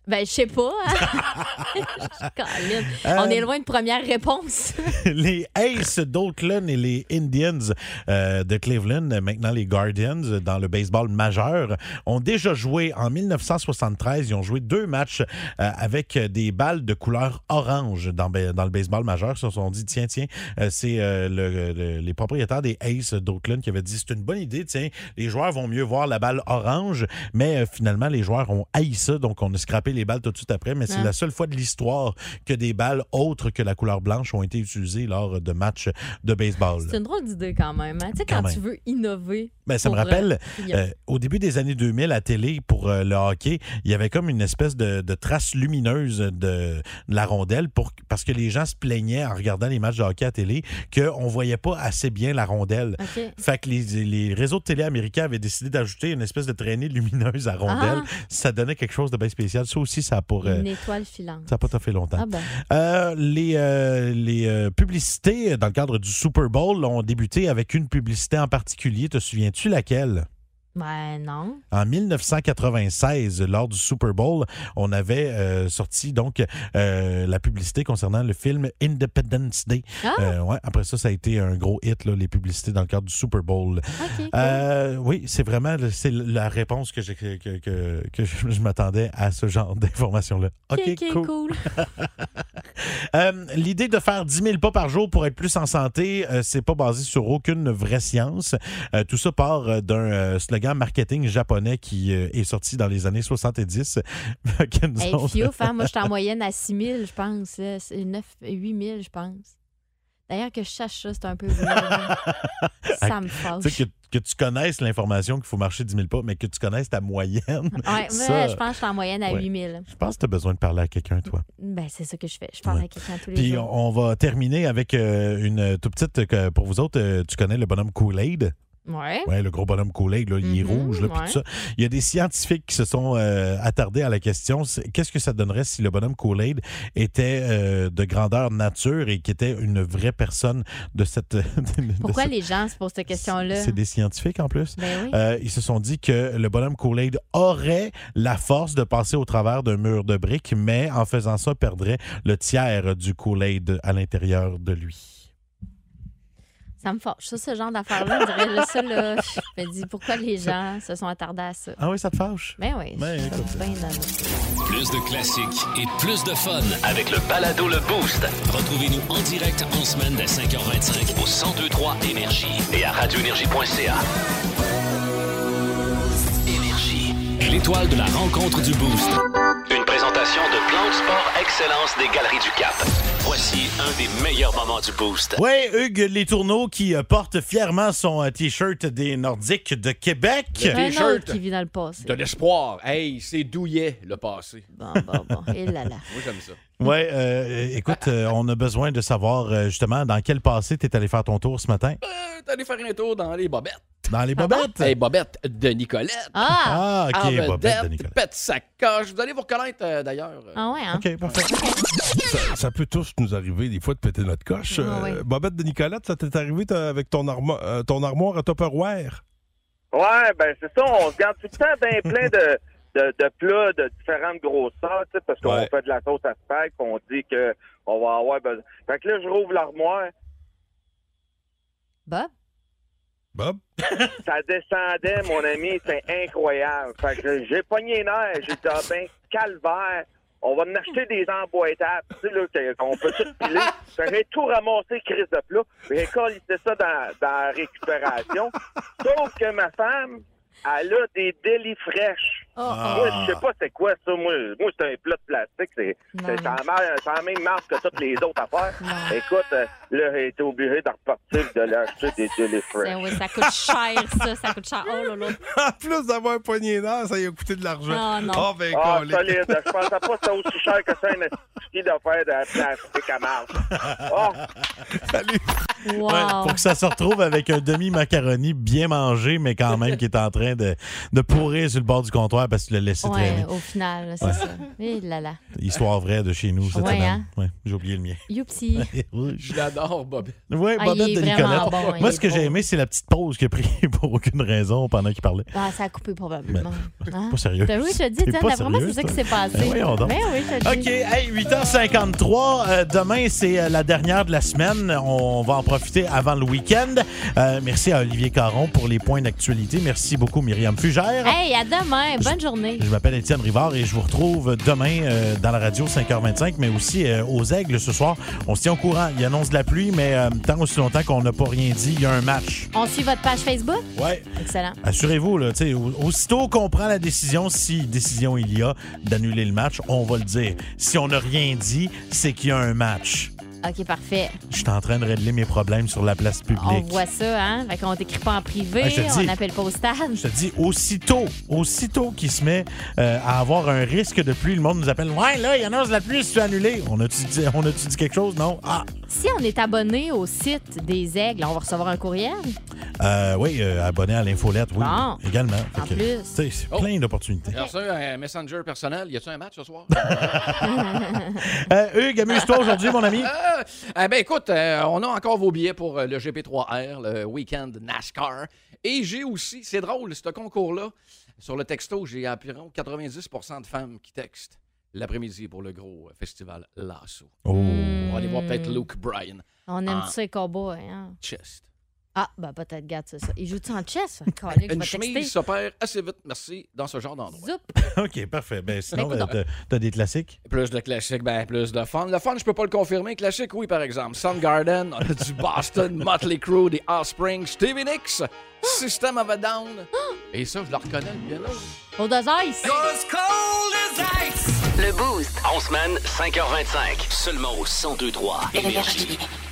Speaker 6: Ben, je sais pas. hein. Je suis câline. On
Speaker 3: Euh,
Speaker 6: est loin de première réponse.
Speaker 3: les Aces d'Oakland et les Indians euh, de Cleveland, maintenant les Guardians euh, dans le baseball majeur, ont déjà joué en 1973. Ils ont joué deux matchs euh, avec euh, des balles de couleur orange dans, ba- dans le baseball majeur. Ils se sont dit, tiens, tiens, euh, c'est euh, le- le- les propriétaires des Aces d'Oakland qui avaient dit, c'est une bonne idée, tiens, les joueurs vont mieux voir la balle orange. Mais euh, finalement, les joueurs ont haï ça, donc on a scrappé les balles tout de suite après. Mais c'est
Speaker 6: Ah.
Speaker 3: la seule fois de l'histoire que des balles autres que la couleur blanche ont été utilisées lors de matchs de baseball.
Speaker 6: C'est une drôle d'idée quand même. hein. Tu sais,
Speaker 3: Quand
Speaker 6: quand
Speaker 3: même.
Speaker 6: tu veux innover.
Speaker 3: Ben, ça me
Speaker 6: pour, euh,
Speaker 3: rappelle,
Speaker 6: il y a-
Speaker 3: euh, au début des années 2000, à la télé, pour euh, le hockey, il y avait comme une espèce de, de trace lumineuse de, de la rondelle pour, parce que les gens se plaignaient en regardant les matchs de hockey à la télé qu'on voyait pas assez bien la rondelle.
Speaker 6: OK.
Speaker 3: Fait que les, les réseaux de télé américains avaient décidé d'ajouter une espèce de traînée lumineuse à rondelle.
Speaker 6: Ah.
Speaker 3: Ça donnait quelque chose de bien spécial. Ça aussi, ça pourrait.
Speaker 6: Une étoile filante.
Speaker 3: euh, Ça n'a pas tout fait longtemps.
Speaker 6: Ah ben.
Speaker 3: Euh, les euh, les euh, publicités dans le cadre du Super Bowl ont débuté avec une publicité en particulier. Te souviens-tu laquelle?
Speaker 6: Ben non.
Speaker 3: En 1996, lors du Super Bowl, on avait euh, sorti donc euh, la publicité concernant le film Independence Day.
Speaker 6: Ah,
Speaker 3: Euh, ouais, après ça, ça a été un gros hit, là, les publicités dans le cadre du Super Bowl.
Speaker 6: OK.
Speaker 3: Euh, oui, c'est vraiment le- c'est la réponse que, j'ai- que, que- que- que je, je m'attendais à ce genre d'information-là.
Speaker 6: cool. OK, cool.
Speaker 3: Euh, L'idée de faire 10 000 pas par jour pour être plus en santé, euh, c'est pas basé sur aucune vraie science. Euh, tout ça part euh, d'un euh, slogan marketing japonais qui euh, est sorti dans les années 70. Kenzo,
Speaker 6: Hey, Fiouf, hein, moi, je suis en moyenne à 6 000, je pense. là. C'est 9, 8 000, je pense. D'ailleurs, que je sache ça, c'est un peu weird, hein. Ça me fâche.
Speaker 3: tu sais, que, que tu connaisses l'information qu'il faut marcher 10 000 pas, mais que tu connaisses ta moyenne.
Speaker 6: Ouais,
Speaker 3: ça-
Speaker 6: ouais, je pense que je suis en moyenne à
Speaker 3: Ouais.
Speaker 6: 8 000.
Speaker 3: Je pense que tu as besoin de parler à quelqu'un, toi.
Speaker 6: Ben, c'est ça que je fais. Je parle
Speaker 3: Ouais.
Speaker 6: à quelqu'un tous les
Speaker 3: Puis
Speaker 6: jours.
Speaker 3: on on va terminer avec euh, une toute petite, euh, que- pour vous autres, euh, tu connais le bonhomme Kool-Aid?
Speaker 6: Ouais.
Speaker 3: Ouais, le gros bonhomme Kool-Aid, là, il est
Speaker 6: Mhm,
Speaker 3: rouge, là, puis
Speaker 6: ouais.
Speaker 3: tout ça. Il y a des scientifiques qui se sont euh, attardés à la question c'est- qu'est-ce que ça donnerait si le bonhomme Kool-Aid était euh, de grandeur nature et qui était une vraie personne de cette. de
Speaker 6: Pourquoi
Speaker 3: cette-
Speaker 6: les gens se posent cette question-là?
Speaker 3: C'est des scientifiques en plus.
Speaker 6: Ben oui.
Speaker 3: Euh, ils se sont dit que le bonhomme Kool-Aid aurait la force de passer au travers d'un mur de briques, mais en faisant ça, perdrait le tiers du Kool-Aid à l'intérieur de lui.
Speaker 6: Ça me fâche. Ça, ce genre d'affaire-là, on dirait là, ça, là. Je me dis pourquoi les gens se sont attardés à ça.
Speaker 3: Ah oui, ça te fâche?
Speaker 6: Ben oui.
Speaker 3: Ben,
Speaker 6: je suis
Speaker 3: écoute.
Speaker 6: bien dans-
Speaker 1: Plus de classiques et plus de fun.
Speaker 2: Avec le balado Le Boost
Speaker 1: Retrouvez-nous en direct en semaine dès 5h25
Speaker 2: au 1023 Énergie et à radioénergie.ca. Énergie.
Speaker 1: L'étoile de la rencontre du Boost.
Speaker 2: Une présentation de Plan de Sport Excellence des Galeries du Cap. Voici un des meilleurs moments du Boost.
Speaker 3: Oui, Hugues Les Tourneaux qui euh, porte fièrement son euh, T-shirt des Nordiques de Québec.
Speaker 6: Un autre qui vit dans le passé.
Speaker 7: De l'espoir. Hey, c'est douillet, le passé.
Speaker 6: Bon, bon, bon. Et là, là.
Speaker 7: Moi, j'aime ça.
Speaker 3: Oui, écoute, euh, on a besoin de savoir euh, justement dans quel passé tu es allé faire ton tour ce matin.
Speaker 7: Euh, T'allais faire un tour dans les bobettes.
Speaker 3: Dans les bobettes?
Speaker 7: Les bobettes de Nicolette.
Speaker 6: Ah!
Speaker 3: Ah,
Speaker 7: en
Speaker 3: OK, bobettes de
Speaker 7: vedette,
Speaker 3: Nicolas.
Speaker 7: pète sa coche. Vous allez vous reconnaître, euh, d'ailleurs.
Speaker 6: Ah ouais, hein?
Speaker 3: OK, parfait.
Speaker 10: Ça, ça peut tous nous arriver des fois de péter notre coche.
Speaker 6: Ouais,
Speaker 10: Euh,
Speaker 6: Ah ouais.
Speaker 10: Bobette de Nicolette, ça t'est arrivé t'as- avec ton, armo- euh, ton armoire à Tupperware?
Speaker 4: Ouais, ben c'est ça, on se garde tout le temps bien plein de, de, de plats de différentes grosseurs, tu sais, parce qu'on
Speaker 10: Ouais.
Speaker 4: fait de la sauce à spag, qu'on dit que on va avoir besoin. Fait que là, je rouvre l'armoire,
Speaker 6: Bob?
Speaker 10: Bob?
Speaker 4: ça descendait, mon ami, c'est incroyable. Fait que j'ai pogné les nerfs, j'ai dit, ah ben, calvaire, on va en acheter des emboîtables, tu sais, là, que- qu'on peut tout piler. Fait que j'ai tout ramassé, crise de plat, j'ai collé ça dans, dans la récupération. Sauf que ma femme, elle a des délits fraîches.
Speaker 6: Oh, oh.
Speaker 4: Moi, je sais pas c'est quoi ça. Moi, moi c'est un plat de plastique. C'est
Speaker 6: Non.
Speaker 4: c'est la mer- c'est la même marque que toutes les autres affaires.
Speaker 6: Non.
Speaker 4: Écoute, euh, là, j'ai été obligé de repartir de l'acheter des délits fraîches.
Speaker 6: Ben oui, ça coûte cher, ça. Ça coûte cher. Oh là là.
Speaker 10: en plus d'avoir un poignet d'air, ça lui a coûté de l'argent.
Speaker 6: Ah, non.
Speaker 10: Ah, ben,
Speaker 4: Ah,
Speaker 10: colin.
Speaker 4: solide. Je pensais pas que c'était aussi cher que ça, un esti d'affaires de plastique à marge. Oh,
Speaker 6: Wow.
Speaker 3: Pour que ça se retrouve avec un demi-macaroni bien mangé, mais quand même qui est en train de, de pourrir sur le bord du comptoir parce qu'il l'a laissé
Speaker 6: ouais,
Speaker 3: traîner.
Speaker 6: au final, là, c'est ça. Et là là.
Speaker 3: Histoire vraie de chez nous cette
Speaker 6: Ouais,
Speaker 3: semaine.
Speaker 6: hein?
Speaker 3: Ouais, J'ai oublié le mien.
Speaker 6: Youpsi.
Speaker 3: oui,
Speaker 7: Je l'adore, Bobette.
Speaker 6: Ah,
Speaker 3: Bobette
Speaker 6: il
Speaker 3: de
Speaker 6: est vraiment
Speaker 3: Nicolette.
Speaker 6: bon, il
Speaker 3: Moi,
Speaker 6: est
Speaker 3: ce que j'ai
Speaker 6: bon.
Speaker 3: aimé, c'est la petite pause qu'il a pris pour aucune raison pendant qu'il parlait.
Speaker 6: Ah, ça a coupé probablement. Hein?
Speaker 3: Pas sérieux.
Speaker 6: Ben oui, je te dis,
Speaker 3: T'es
Speaker 6: Dan,
Speaker 3: pas
Speaker 6: d'après moi, c'est
Speaker 3: sérieuse,
Speaker 6: ça qui
Speaker 3: toi?
Speaker 6: s'est passé.
Speaker 3: Ben voyons donc.
Speaker 6: Ben oui, je te
Speaker 3: OK,
Speaker 6: dis.
Speaker 3: hey, 8h53. euh, demain, c'est euh, la dernière de la semaine. On va en profiter avant le week-end. Euh, merci à Olivier Caron pour les points d'actualité. Merci beaucoup, Myriam Fugère.
Speaker 6: Hey, à demain. Bonne journée.
Speaker 3: Je m'appelle Étienne Rivard et je vous retrouve demain euh, dans la radio 5h25, mais aussi euh, aux Aigles ce soir. On se tient au courant. Il annonce de la pluie, mais euh, tant aussi longtemps qu'on n'a pas rien dit, il y a un match.
Speaker 6: On suit votre page Facebook?
Speaker 3: Ouais.
Speaker 6: Excellent.
Speaker 3: Assurez-vous, là, tu sais, au- aussitôt qu'on prend la décision, si décision il y a d'annuler le match, on va le dire. Si on n'a rien dit, c'est qu'il y a un match.
Speaker 6: OK, parfait.
Speaker 3: Je suis en train de régler mes problèmes sur la place
Speaker 6: On
Speaker 3: publique.
Speaker 6: voit ça, hein? Fait qu'on t'écrit pas en privé,
Speaker 3: Ben, je te
Speaker 6: on
Speaker 3: dis.
Speaker 6: n'appelle pas au stade.
Speaker 3: Je te dis, aussitôt, aussitôt qu'il se met euh, à avoir un risque de pluie, le monde nous appelle. Ouais, là, il annonce la pluie, c'est annulé. On a-tu dit, on a-tu dit quelque chose? Non? Ah!
Speaker 6: Si on est abonné au site des Aigles, on va recevoir un courriel.
Speaker 3: Euh, oui, euh, abonné à l'infolette, oui.
Speaker 6: Bon.
Speaker 3: Également.
Speaker 6: En
Speaker 3: Fait que,
Speaker 6: plus.
Speaker 3: tu sais, c'est
Speaker 7: Oh.
Speaker 3: plein d'opportunités.
Speaker 7: Alors, ça, un euh, messenger personnel, y a-tu un match ce soir?
Speaker 3: Euh, Hugues, amuse-toi aujourd'hui, mon ami.
Speaker 7: Euh, eh ben écoute, euh, on a encore vos billets pour euh, le GP3R, le week-end NASCAR. Et j'ai aussi, c'est drôle, ce concours-là, sur le texto, j'ai environ 90 de femmes qui textent l'après-midi pour le gros euh, festival Lasso.
Speaker 3: Oh.
Speaker 7: On va aller voir peut-être Luke Bryan.
Speaker 6: On aime
Speaker 7: Ah.
Speaker 6: ça, les cowboys. Hein?
Speaker 7: Chest.
Speaker 6: Ah, ben peut-être, garde ça. ça. Il joue-tu en chess? Calé, je
Speaker 7: Une
Speaker 6: vais texter.
Speaker 7: chemise s'opère assez vite, merci, dans ce genre d'endroit.
Speaker 6: Zoup.
Speaker 3: OK, parfait. Ben, sinon,
Speaker 6: Ben,
Speaker 3: euh, t'as- t'as des classiques.
Speaker 7: Plus de classique, ben plus de fun. Le fun, je peux pas le confirmer. Classique, oui, par exemple. Soundgarden, on a du Boston, Motley Crue, des Offspring, Stevie Nicks, System of a Down. Et ça, je le reconnais, le piano.
Speaker 6: Pour deux heures, ici.
Speaker 2: En semaine, 5h25. Seulement au 1023 Énergie.